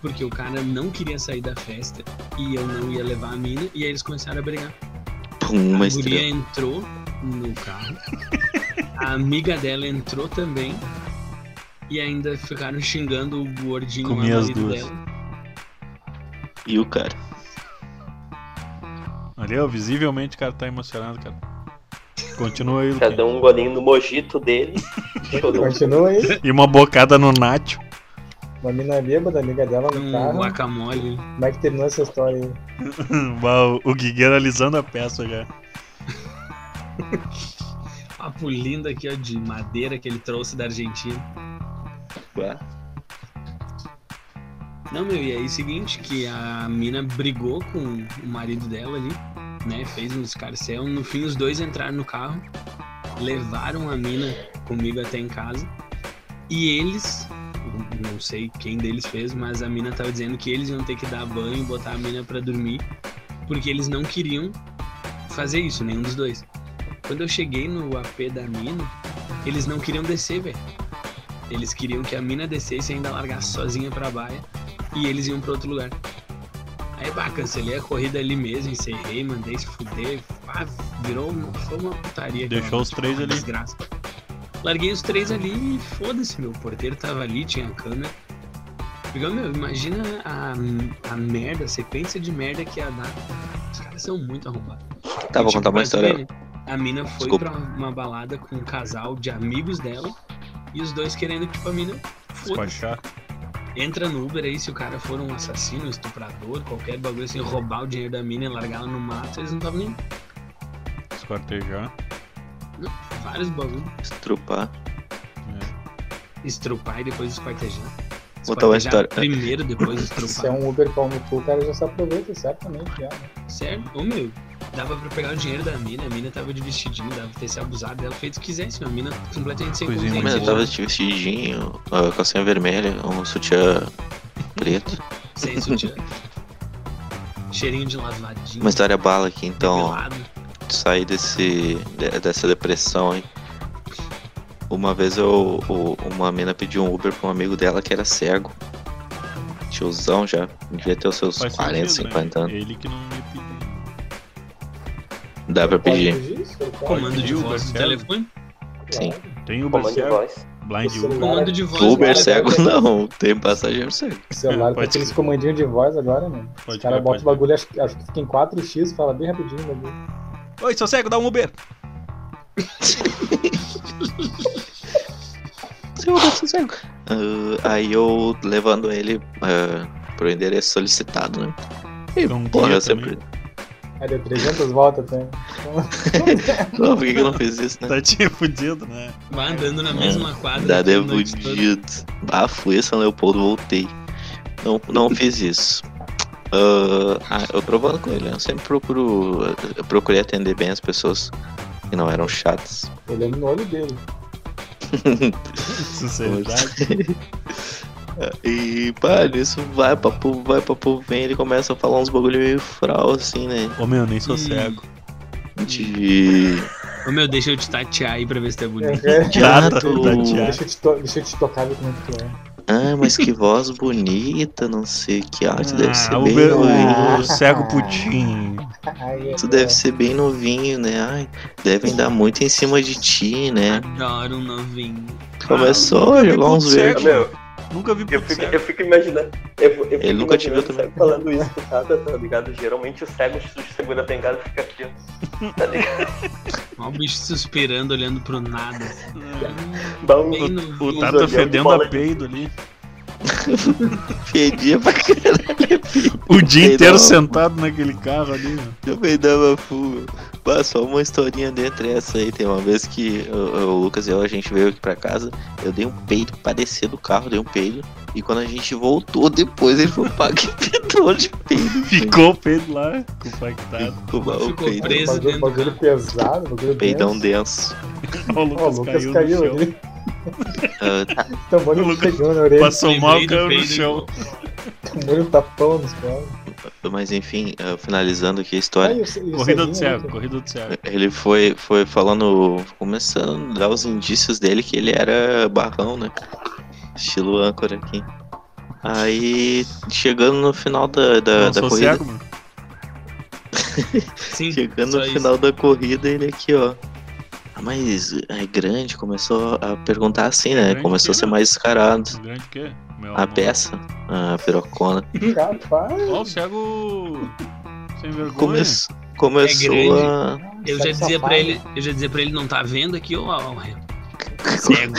[SPEAKER 5] Porque o cara não queria sair da festa e eu não ia levar a mina, e aí eles começaram a brigar.
[SPEAKER 2] Pum,
[SPEAKER 1] é
[SPEAKER 2] uma
[SPEAKER 5] a guria
[SPEAKER 2] estrela.
[SPEAKER 5] entrou no carro. A amiga dela entrou também. E ainda ficaram xingando o gordinho lá,
[SPEAKER 1] Comi as
[SPEAKER 5] marido
[SPEAKER 1] duas.
[SPEAKER 5] dela.
[SPEAKER 1] é
[SPEAKER 2] E o cara?
[SPEAKER 1] Ali, ó, visivelmente o cara tá emocionado, cara. Continua aí, Luquinha.
[SPEAKER 6] Cada um golinho no mojito dele. Chorou.
[SPEAKER 4] Continua aí.
[SPEAKER 1] E uma bocada no Nacho.
[SPEAKER 4] Uma mina bêbada, amiga dela no
[SPEAKER 5] Um
[SPEAKER 4] carro.
[SPEAKER 5] guacamole.
[SPEAKER 4] Como é que terminou essa história aí?
[SPEAKER 1] Bah, o- o Guigui analisando a peça já.
[SPEAKER 5] Papo lindo aqui, ó, de madeira que ele trouxe da Argentina. Não, meu, e aí seguinte, que a mina brigou com o marido dela ali, né? Fez um escarcel. No fim, os dois entraram no carro, levaram a mina comigo até em casa. E eles, não sei quem deles fez, mas a mina tava dizendo que eles iam ter que dar banho, botar a mina pra dormir, porque eles não queriam fazer isso, nenhum dos dois. Quando eu cheguei no AP da mina, eles não queriam descer, velho. Eles queriam que a mina descesse e ainda largasse sozinha pra baia e eles iam pra outro lugar. Aí, bah, cancelei a corrida ali mesmo, encerrei, mandei se fuder, pá, virou uma, foi uma putaria. aquela
[SPEAKER 1] Deixou os
[SPEAKER 5] noite,
[SPEAKER 1] três
[SPEAKER 5] uma
[SPEAKER 1] ali.
[SPEAKER 5] Desgraça. Larguei os três ali e foda-se, meu. O porteiro tava ali, tinha a câmera. Digo, meu, imagina a, a merda, a sequência de merda que ia dar. Os caras são muito arrombados.
[SPEAKER 2] Tá, vou
[SPEAKER 5] Tipo,
[SPEAKER 2] contar uma
[SPEAKER 5] pra
[SPEAKER 2] história.
[SPEAKER 5] ver, né? A mina foi
[SPEAKER 2] Desculpa.
[SPEAKER 5] pra uma balada com um casal de amigos dela e os dois querendo que tipo, a mina foda
[SPEAKER 1] Despachar.
[SPEAKER 5] entra no Uber aí se o cara for um assassino, estuprador, qualquer bagulho assim, roubar o dinheiro da mina e largar ela no mato, eles não estavam nem
[SPEAKER 1] Esquartejar.
[SPEAKER 5] vários bagulhos.
[SPEAKER 2] Estrupar.
[SPEAKER 1] É.
[SPEAKER 5] Estrupar e depois esquartejar.
[SPEAKER 2] Contar uma
[SPEAKER 5] Esquartejar
[SPEAKER 2] história.
[SPEAKER 5] Primeiro, depois
[SPEAKER 4] Se é
[SPEAKER 5] estrupar.
[SPEAKER 4] um Uber pau no cu, o cara já se aproveita, certamente. Já, né?
[SPEAKER 5] Sério? Ô meu, dava pra pegar o dinheiro da mina, a mina tava de vestidinho, dava pra ter se abusado dela, feito o que quisesse, meu. a mina completamente sem
[SPEAKER 1] Coisinha
[SPEAKER 5] consciência.
[SPEAKER 2] Mas eu
[SPEAKER 1] boa.
[SPEAKER 2] tava de vestidinho, ó, calcinha vermelha, um sutiã preto.
[SPEAKER 5] Sem sutiã. Cheirinho de lavadinho.
[SPEAKER 2] Uma história bala aqui, então, ó,
[SPEAKER 5] pelado.
[SPEAKER 2] sair desse, de- dessa depressão, hein? Uma vez eu, o- uma mina pediu um Uber pra um amigo dela que era cego. tiozão já. Devia ter os seus
[SPEAKER 1] Faz
[SPEAKER 2] 40,
[SPEAKER 1] sentido, né?
[SPEAKER 2] 50 anos.
[SPEAKER 1] Ele que não ia pedir.
[SPEAKER 2] Dá pra
[SPEAKER 4] Pode
[SPEAKER 2] pedir.
[SPEAKER 4] pedir isso? Ele pode?
[SPEAKER 5] Comando de
[SPEAKER 1] Uber
[SPEAKER 5] voz do
[SPEAKER 1] cego.
[SPEAKER 5] telefone?
[SPEAKER 4] Claro.
[SPEAKER 2] Sim.
[SPEAKER 1] Tem Uber
[SPEAKER 3] Comando de
[SPEAKER 1] cego,
[SPEAKER 3] voz.
[SPEAKER 1] Blind
[SPEAKER 4] Esse
[SPEAKER 1] Uber.
[SPEAKER 4] lugar-
[SPEAKER 5] Comando de voz.
[SPEAKER 2] Uber
[SPEAKER 5] né?
[SPEAKER 2] cego não, tem passageiro cego.
[SPEAKER 4] O celular
[SPEAKER 1] É,
[SPEAKER 4] com
[SPEAKER 1] pode
[SPEAKER 4] aqueles
[SPEAKER 1] ser.
[SPEAKER 4] comandinhos de voz agora, mano.
[SPEAKER 1] Pode
[SPEAKER 4] Os caras
[SPEAKER 1] crer,
[SPEAKER 4] botam
[SPEAKER 1] pode
[SPEAKER 4] o bagulho, acho, que- acho que fica em 4x, fala bem rapidinho o bagulho.
[SPEAKER 1] Oi, seu cego, dá um Uber.
[SPEAKER 2] Seu Uber tá cego. Ah, aí eu levando ele ah, pro endereço solicitado, né? E,
[SPEAKER 1] Então,
[SPEAKER 2] porra,
[SPEAKER 1] guia
[SPEAKER 2] eu sempre. né?
[SPEAKER 4] Aí É, deu 300 voltas né? até.
[SPEAKER 2] Não, por que que eu não fiz isso, né?
[SPEAKER 1] Tá te fudido, né?
[SPEAKER 5] Vai andando na mesma quadra.
[SPEAKER 2] É, Dá
[SPEAKER 5] a noite toda.
[SPEAKER 2] devudido. Ah, fui a São Leopoldo, voltei. Não, não fiz isso. Ah, ah, eu provando com ele, né? eu sempre procuro. Eu procurei atender bem as pessoas que não eram chatas.
[SPEAKER 4] Olhando é no olho dele.
[SPEAKER 1] Sinceridade.
[SPEAKER 2] E, pá, nisso vai, papo, vai, papo, vem, ele começa a falar uns bagulho meio fral, assim, né?
[SPEAKER 1] Ô, meu, eu nem sou
[SPEAKER 5] Hum.
[SPEAKER 1] cego.
[SPEAKER 2] De.
[SPEAKER 5] Ô meu, deixa eu te tatear aí pra ver se tá bonito.
[SPEAKER 1] Tata,
[SPEAKER 2] Gato.
[SPEAKER 1] tatear.
[SPEAKER 4] É, deixa, eu te to- deixa eu te tocar ver como é que tu é.
[SPEAKER 2] Ah, mas que voz bonita, não sei o que. Ah, tu deve ser
[SPEAKER 1] Ah, o
[SPEAKER 2] bem
[SPEAKER 1] meu- é.
[SPEAKER 2] novinho.
[SPEAKER 1] o cego pudim.
[SPEAKER 4] Ai, ai,
[SPEAKER 2] Tu
[SPEAKER 4] ai.
[SPEAKER 2] deve ser bem novinho, né? Ai, devem dar muito em cima de ti, né?
[SPEAKER 5] Adoro um novinho.
[SPEAKER 2] Começou a jogar uns
[SPEAKER 1] cego.
[SPEAKER 2] verdes.
[SPEAKER 6] Ah, meu,
[SPEAKER 1] Nunca vi
[SPEAKER 6] eu
[SPEAKER 1] puto
[SPEAKER 6] fico,
[SPEAKER 1] cego.
[SPEAKER 6] eu fico imaginando. Eu, eu fico
[SPEAKER 2] Ele nunca te
[SPEAKER 6] imaginando
[SPEAKER 2] viu também.
[SPEAKER 6] o cego falando isso do nada, tá ligado? Geralmente o cego se segura bem e fica aqui, ó.
[SPEAKER 5] Ó o bicho suspirando, olhando pro nada.
[SPEAKER 6] Dá um-
[SPEAKER 5] Bem
[SPEAKER 1] O
[SPEAKER 5] novinho.
[SPEAKER 6] tá-
[SPEAKER 1] Tata
[SPEAKER 6] olhando
[SPEAKER 1] fedendo
[SPEAKER 6] bola
[SPEAKER 1] a
[SPEAKER 6] de-
[SPEAKER 1] peido ali.
[SPEAKER 2] Fedia pra caralho.
[SPEAKER 1] O dia inteiro
[SPEAKER 2] Peidava-
[SPEAKER 1] sentado naquele carro ali.
[SPEAKER 2] Eu me dava fuga. Pá, só uma historinha dentro dessa aí. Tem uma vez que o, o Lucas e eu, a gente veio aqui pra casa, eu dei um peido pra descer do carro, dei um peido. E quando a gente voltou depois, ele foi pago que pedou de peido.
[SPEAKER 1] Ficou o peido lá, compactado.
[SPEAKER 2] O, o,
[SPEAKER 5] Ficou
[SPEAKER 2] peidão,
[SPEAKER 5] preso.
[SPEAKER 4] Bagulho-
[SPEAKER 5] dentro do
[SPEAKER 4] bagulho
[SPEAKER 5] carro.
[SPEAKER 4] pesado, bagulho
[SPEAKER 2] peidão
[SPEAKER 4] denso.
[SPEAKER 2] denso.
[SPEAKER 1] Ó, O
[SPEAKER 4] Ó, o
[SPEAKER 1] Lucas,
[SPEAKER 4] Lucas
[SPEAKER 1] caiu,
[SPEAKER 4] caiu,
[SPEAKER 1] no chão.
[SPEAKER 4] ali.
[SPEAKER 2] Ah,
[SPEAKER 4] Tomou
[SPEAKER 1] O
[SPEAKER 4] um
[SPEAKER 1] Lucas
[SPEAKER 4] pegão na orelha,
[SPEAKER 1] Passou mal,
[SPEAKER 5] Lembrei do
[SPEAKER 1] caiu no
[SPEAKER 5] peido
[SPEAKER 1] chão.
[SPEAKER 4] tomou um tapão nos pés.
[SPEAKER 2] Mas enfim, ah, finalizando aqui a
[SPEAKER 4] Ai,
[SPEAKER 2] história.
[SPEAKER 4] e o ce- e o
[SPEAKER 1] Corrida do
[SPEAKER 4] ceguinho ali,
[SPEAKER 1] cego, corrida do cego.
[SPEAKER 2] Ele foi, foi falando, começando a dar os indícios dele que ele era barrão, né? Estilo âncora aqui. Aí, chegando no final da, da,
[SPEAKER 1] Não
[SPEAKER 2] É, da
[SPEAKER 1] sou
[SPEAKER 2] corrida.
[SPEAKER 1] cego, mano.
[SPEAKER 5] Sim,
[SPEAKER 2] Chegando
[SPEAKER 5] só
[SPEAKER 2] no
[SPEAKER 5] é isso.
[SPEAKER 2] final da corrida, ele aqui, ó. "Ah, Mas é grande, começou a perguntar assim, né?
[SPEAKER 1] grande
[SPEAKER 2] Começou a
[SPEAKER 1] que
[SPEAKER 2] ser
[SPEAKER 1] não.
[SPEAKER 2] mais descarado.
[SPEAKER 1] Grande que é, meu
[SPEAKER 2] A
[SPEAKER 1] amor.
[SPEAKER 2] peça, a pirocona.
[SPEAKER 4] Capaz.
[SPEAKER 1] Ó, o cego. Sem vergonha.
[SPEAKER 2] Começou. Começou
[SPEAKER 5] É grande.
[SPEAKER 2] a.
[SPEAKER 5] Eu já
[SPEAKER 4] Cego
[SPEAKER 5] dizia
[SPEAKER 4] safado.
[SPEAKER 5] pra ele, eu já dizia pra ele não tá vendo aqui, ó, ó, ó, cego.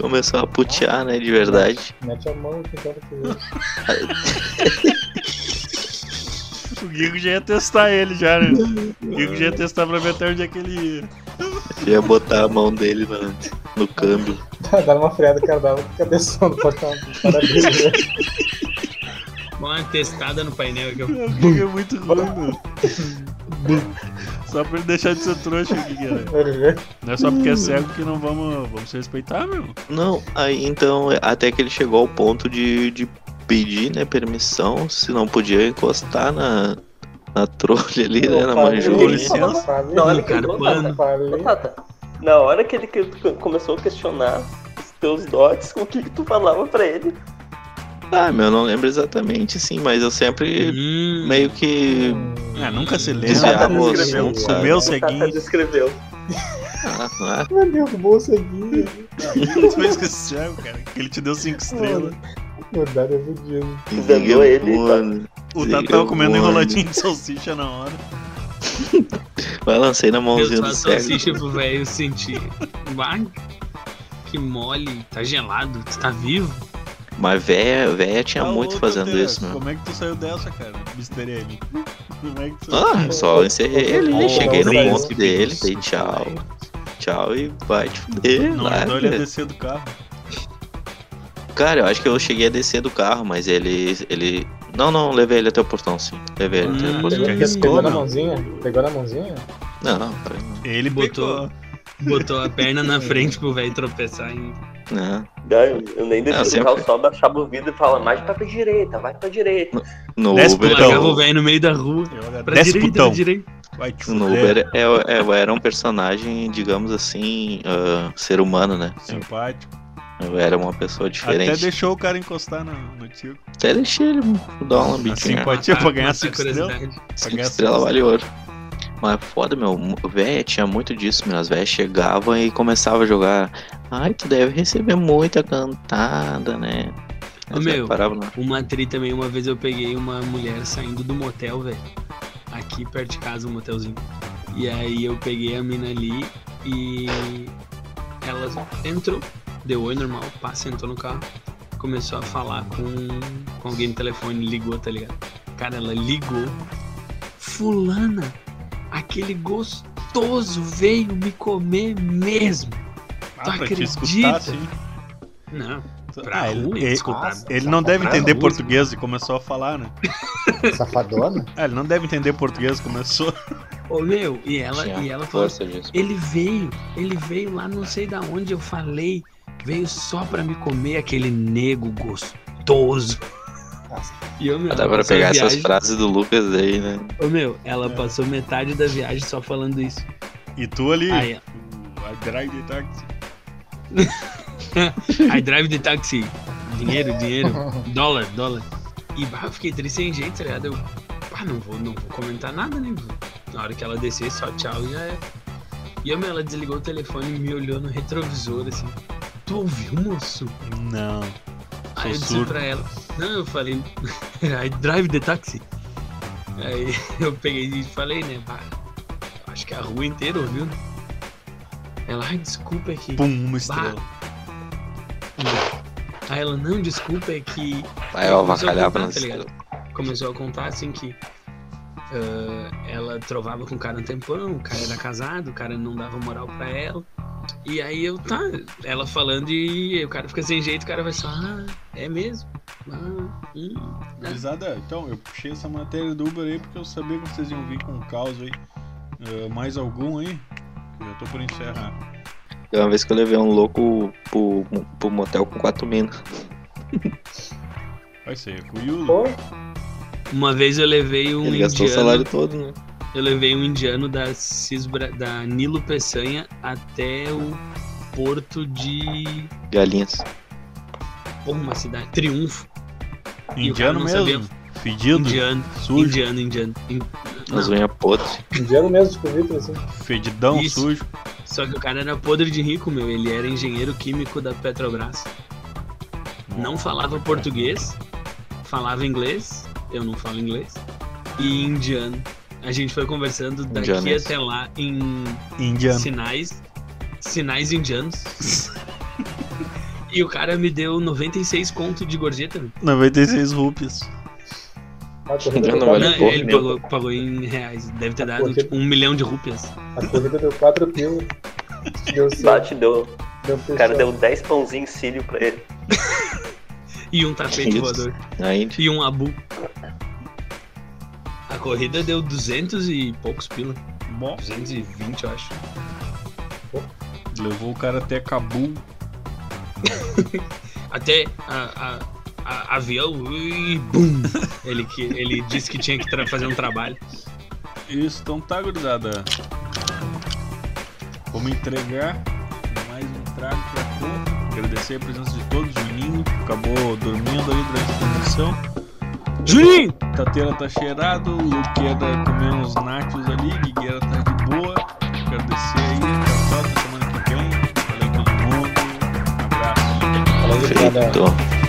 [SPEAKER 2] Começou a putear, né? De verdade.
[SPEAKER 4] Mete a mão aqui, então, que
[SPEAKER 1] O Guigo já ia testar ele já, né? O Guigo já ia testar pra ver até onde é que ele ia.
[SPEAKER 2] Ia botar a mão dele no, no câmbio.
[SPEAKER 4] Dá uma freada, cara, dá uma cabeção no portão. Parabéns, né?
[SPEAKER 5] Dá uma testada no painel aqui. ó.
[SPEAKER 1] O Guigo é muito ruim, mano. Só pra ele deixar de ser trouxa, o Guigo, né? Não é só porque é cego que não vamos, vamos se respeitar, meu.
[SPEAKER 2] Não, aí então, até que ele chegou ao ponto de, de pedir, né, permissão, se não podia encostar na, na trolha ali, né, na
[SPEAKER 1] Com
[SPEAKER 2] manjurinha.
[SPEAKER 1] licença.
[SPEAKER 4] Falei,
[SPEAKER 6] Na hora que
[SPEAKER 5] Cara,
[SPEAKER 6] ele,
[SPEAKER 5] mano.
[SPEAKER 4] falei.
[SPEAKER 6] Ô, Tata, na hora que ele que- que começou a questionar os teus dotes, o que, que tu falava pra ele?
[SPEAKER 2] Ah, meu, eu não lembro exatamente, assim, mas eu sempre
[SPEAKER 5] Hum,
[SPEAKER 2] meio que.
[SPEAKER 1] Ah, nunca se lembra.
[SPEAKER 2] Desviar
[SPEAKER 1] Não
[SPEAKER 2] o
[SPEAKER 1] comeu,
[SPEAKER 2] assunto, sabe?
[SPEAKER 1] comeu o
[SPEAKER 6] O Tata
[SPEAKER 1] ceguinho.
[SPEAKER 6] descreveu.
[SPEAKER 2] Ah, ah,
[SPEAKER 4] Mas derrubou o ceguinho.
[SPEAKER 1] Tu fez com esse cego, cara. Que ele te deu cinco estrelas.
[SPEAKER 4] Meu Deus, eu fudido.
[SPEAKER 6] Enganou ele,
[SPEAKER 2] mano.
[SPEAKER 1] O Tata tava comendo enroladinho de salsicha na hora.
[SPEAKER 2] Balancei na
[SPEAKER 5] eu
[SPEAKER 2] mãozinha
[SPEAKER 5] só
[SPEAKER 2] do
[SPEAKER 5] a
[SPEAKER 2] cego.
[SPEAKER 5] salsicha pro velho sentir. Vai, que mole, tá gelado, tu tá vivo.
[SPEAKER 2] Mas véia, véia tinha
[SPEAKER 1] Tá
[SPEAKER 2] É muito
[SPEAKER 1] louco,
[SPEAKER 2] fazendo
[SPEAKER 1] André.
[SPEAKER 2] isso, né? mano.
[SPEAKER 1] Como é que tu saiu dessa, cara, Mr. M? Como é que tu
[SPEAKER 2] Ah, só encerrei ele,
[SPEAKER 4] Ô,
[SPEAKER 2] cheguei no
[SPEAKER 4] Zé,
[SPEAKER 2] ponto
[SPEAKER 5] que
[SPEAKER 2] dele,
[SPEAKER 5] isso,
[SPEAKER 2] dei tchau, tchau e vai te fuder.
[SPEAKER 1] Não
[SPEAKER 2] lá,
[SPEAKER 1] ajudou ele é a
[SPEAKER 2] velho.
[SPEAKER 1] descer do carro.
[SPEAKER 2] Cara, eu acho que eu cheguei a descer do carro, mas ele. ele... Não, não, levei ele até o portão, sim. Levei ele até
[SPEAKER 5] Hum,
[SPEAKER 2] o portão.
[SPEAKER 1] Te
[SPEAKER 4] Pegou,
[SPEAKER 1] arriscou,
[SPEAKER 4] pegou na
[SPEAKER 1] não?
[SPEAKER 4] mãozinha? Pegou na mãozinha?
[SPEAKER 2] Não, não, foi-
[SPEAKER 1] Ele
[SPEAKER 5] Botou.
[SPEAKER 1] pegou.
[SPEAKER 5] Botou a perna na frente pro velho tropeçar ainda.
[SPEAKER 2] não.
[SPEAKER 6] Daí Eu, eu nem
[SPEAKER 2] Ah,
[SPEAKER 6] desci do
[SPEAKER 2] sempre.
[SPEAKER 6] carro, só baixava o vidro e falava, mais pra direita, vai pra direita.
[SPEAKER 2] No
[SPEAKER 1] Desce
[SPEAKER 2] Uber,
[SPEAKER 1] pro
[SPEAKER 5] Largava
[SPEAKER 1] Então-
[SPEAKER 5] o velho no meio da rua. Pra
[SPEAKER 1] Desce,
[SPEAKER 5] direita,
[SPEAKER 1] putão.
[SPEAKER 5] pra direita.
[SPEAKER 1] Vai te
[SPEAKER 2] no
[SPEAKER 1] fuder,
[SPEAKER 2] Uber é, é- eu era um personagem, digamos assim, ah, ser humano, né?
[SPEAKER 1] Simpático.
[SPEAKER 2] Eu era uma pessoa assim. diferente.
[SPEAKER 1] Até
[SPEAKER 2] Até,
[SPEAKER 1] deixou o cara encostar no, no tio.
[SPEAKER 2] deixei ele dar uma
[SPEAKER 1] A
[SPEAKER 2] lambidinha.
[SPEAKER 5] Ah,
[SPEAKER 1] simpatia pra ganhar
[SPEAKER 5] Nossa,
[SPEAKER 1] 5 estrelas.
[SPEAKER 5] tá, curiosidade.
[SPEAKER 1] Pra
[SPEAKER 2] Cinco
[SPEAKER 1] ganhar
[SPEAKER 2] estrela
[SPEAKER 1] cinco
[SPEAKER 2] vale ouro. Mas foda, meu. Véia, tinha muito disso, meu. As véias chegavam e começavam a jogar. Ai, tu deve receber muita cantada, né?
[SPEAKER 5] Ô,
[SPEAKER 2] Mas eu
[SPEAKER 5] meu.
[SPEAKER 2] Parava na...
[SPEAKER 5] Uma tri também, uma vez eu peguei uma mulher saindo do motel, velho. Aqui perto de casa, um motelzinho. E aí eu peguei a mina ali e ela entrou, deu oi normal, pá, sentou no carro, começou a falar com, com alguém no telefone, ligou, tá ligado? Cara, ela ligou. Fulana, aquele gostoso veio me comer mesmo.
[SPEAKER 1] Ah, pra te
[SPEAKER 5] né? acredita?
[SPEAKER 1] escutar, sim.
[SPEAKER 5] Não, pra
[SPEAKER 1] Ah,
[SPEAKER 5] rua,
[SPEAKER 1] ele, ele-
[SPEAKER 5] escutar.
[SPEAKER 1] ele não deve
[SPEAKER 5] Pra
[SPEAKER 1] entender
[SPEAKER 5] rua.
[SPEAKER 1] português e começou a falar, né?
[SPEAKER 4] Safadona?
[SPEAKER 1] Ah, ele não deve entender português, começou.
[SPEAKER 5] Ô, meu, e ela,
[SPEAKER 2] Tinha
[SPEAKER 5] e ela falou assim,
[SPEAKER 2] força disso.
[SPEAKER 5] Ele veio, ele veio lá não sei da onde eu falei, veio só pra me comer aquele nego gostoso.
[SPEAKER 4] Nossa.
[SPEAKER 5] E eu, meu,
[SPEAKER 2] Dá
[SPEAKER 5] ela
[SPEAKER 2] pra
[SPEAKER 5] passou a
[SPEAKER 2] pegar essas
[SPEAKER 5] viagem-
[SPEAKER 2] frases do Lucas aí, né?
[SPEAKER 5] Ô, meu, ela
[SPEAKER 1] É.
[SPEAKER 5] passou metade da viagem só falando isso.
[SPEAKER 1] E tu ali,
[SPEAKER 5] Aí,
[SPEAKER 1] a drive de táxi.
[SPEAKER 5] I drive de táxi. Dinheiro, dinheiro. dólar, dólar. E bah, eu fiquei triste sem jeito, tá ligado? Eu, pá, não vou, não vou comentar nada, né? Na hora que ela descer, só tchau e já é. E eu, meu, ela desligou o telefone e me olhou no retrovisor, assim. Tu ouviu, moço?
[SPEAKER 1] Não.
[SPEAKER 5] Aí eu disse
[SPEAKER 1] surdo.
[SPEAKER 5] pra ela, não, eu falei, I drive the taxi. Aí eu peguei e falei, né, bah, acho que a rua inteira ouviu, né? Ela, ai, desculpa é que.
[SPEAKER 1] Pum, uma estrela.
[SPEAKER 5] Aí ela, não, desculpa, é que
[SPEAKER 2] Aí eu
[SPEAKER 5] Começou a
[SPEAKER 2] avacalhava
[SPEAKER 5] contar,
[SPEAKER 2] nas
[SPEAKER 5] tá ligado? começou a contar assim que ah, ela trovava com o cara um tempão, o cara era casado, o cara não dava moral pra ela. E aí eu tá, ela falando e o cara fica sem jeito, o cara vai só, ah, é mesmo? Ah, hum.
[SPEAKER 1] Gurizada, então, eu puxei essa matéria do Uber aí porque eu sabia que vocês iam vir com um caos aí. Ah, mais algum aí? Que Eu tô por encerrar.
[SPEAKER 2] Tem uma vez que eu levei um louco pro, pro motel com quatro minas.
[SPEAKER 1] Vai ser com o Yulo.
[SPEAKER 4] Pô,
[SPEAKER 5] Uma vez eu levei um
[SPEAKER 2] Ele gastou o
[SPEAKER 5] indiano,
[SPEAKER 2] salário todo, né?
[SPEAKER 5] eu levei um indiano da, Cisbra, da Nilo Peçanha até o porto de
[SPEAKER 2] Galinhas.
[SPEAKER 5] pô, uma cidade, Triunfo,
[SPEAKER 1] Indiano
[SPEAKER 5] E o cara não
[SPEAKER 1] mesmo. Fedido,
[SPEAKER 5] indiano,
[SPEAKER 1] sujo,
[SPEAKER 5] indiano, indiano. In-
[SPEAKER 2] As
[SPEAKER 5] Não,
[SPEAKER 2] unhas podres.
[SPEAKER 4] indiano mesmo, tipo, Vitor, assim.
[SPEAKER 1] fedidão,
[SPEAKER 5] Isso.
[SPEAKER 1] sujo.
[SPEAKER 5] só que o cara era podre de rico, meu, ele era engenheiro químico da Petrobras. não falava português, falava inglês, eu não falo inglês, e indiano. A gente foi conversando daqui
[SPEAKER 2] Indianos.
[SPEAKER 5] até lá em
[SPEAKER 1] Indiano.
[SPEAKER 5] sinais, sinais indianos. e o cara me deu 96 conto de gorjeta. meu.
[SPEAKER 1] 96 rupias.
[SPEAKER 4] A corrida,
[SPEAKER 2] Já
[SPEAKER 4] deu
[SPEAKER 2] não
[SPEAKER 4] quatro,
[SPEAKER 2] valeu
[SPEAKER 5] Não,
[SPEAKER 2] porra
[SPEAKER 5] ele
[SPEAKER 2] nenhuma.
[SPEAKER 5] pagou, pagou em reais, deve ter
[SPEAKER 4] Ah,
[SPEAKER 5] dado
[SPEAKER 4] porque-
[SPEAKER 5] tipo, um milhão de rúpias.
[SPEAKER 4] a corrida deu 4 pila. Deu certo.
[SPEAKER 6] Bate, deu.
[SPEAKER 4] Deu
[SPEAKER 6] O cara
[SPEAKER 4] fechado.
[SPEAKER 6] deu 10 pãozinhos cílio pra ele.
[SPEAKER 5] E um tapete
[SPEAKER 2] Isso.
[SPEAKER 5] voador.
[SPEAKER 2] Ainda.
[SPEAKER 5] E um abu. A corrida deu 200 e poucos pila.
[SPEAKER 1] Bom,
[SPEAKER 5] 220, eu acho.
[SPEAKER 1] levou o cara até Cabul.
[SPEAKER 5] até a, a- a- avião e bum. Ele, que, ele disse que tinha que tra- fazer um trabalho.
[SPEAKER 1] Isso, então tá, gurizada. Vamos entregar É. mais um trago pra todos. Agradecer a presença de todos. Juninho acabou dormindo ali durante a transmissão.
[SPEAKER 5] Juninho!
[SPEAKER 1] Tateira tá cheirado, Luqueda comeu uns nachos ali, Guigueira tá de boa. Agradecer aí, tchau, tchau, até semana que vem. Valeu todo mundo, um abraço.
[SPEAKER 4] Falou, Vitor.
[SPEAKER 2] Feito.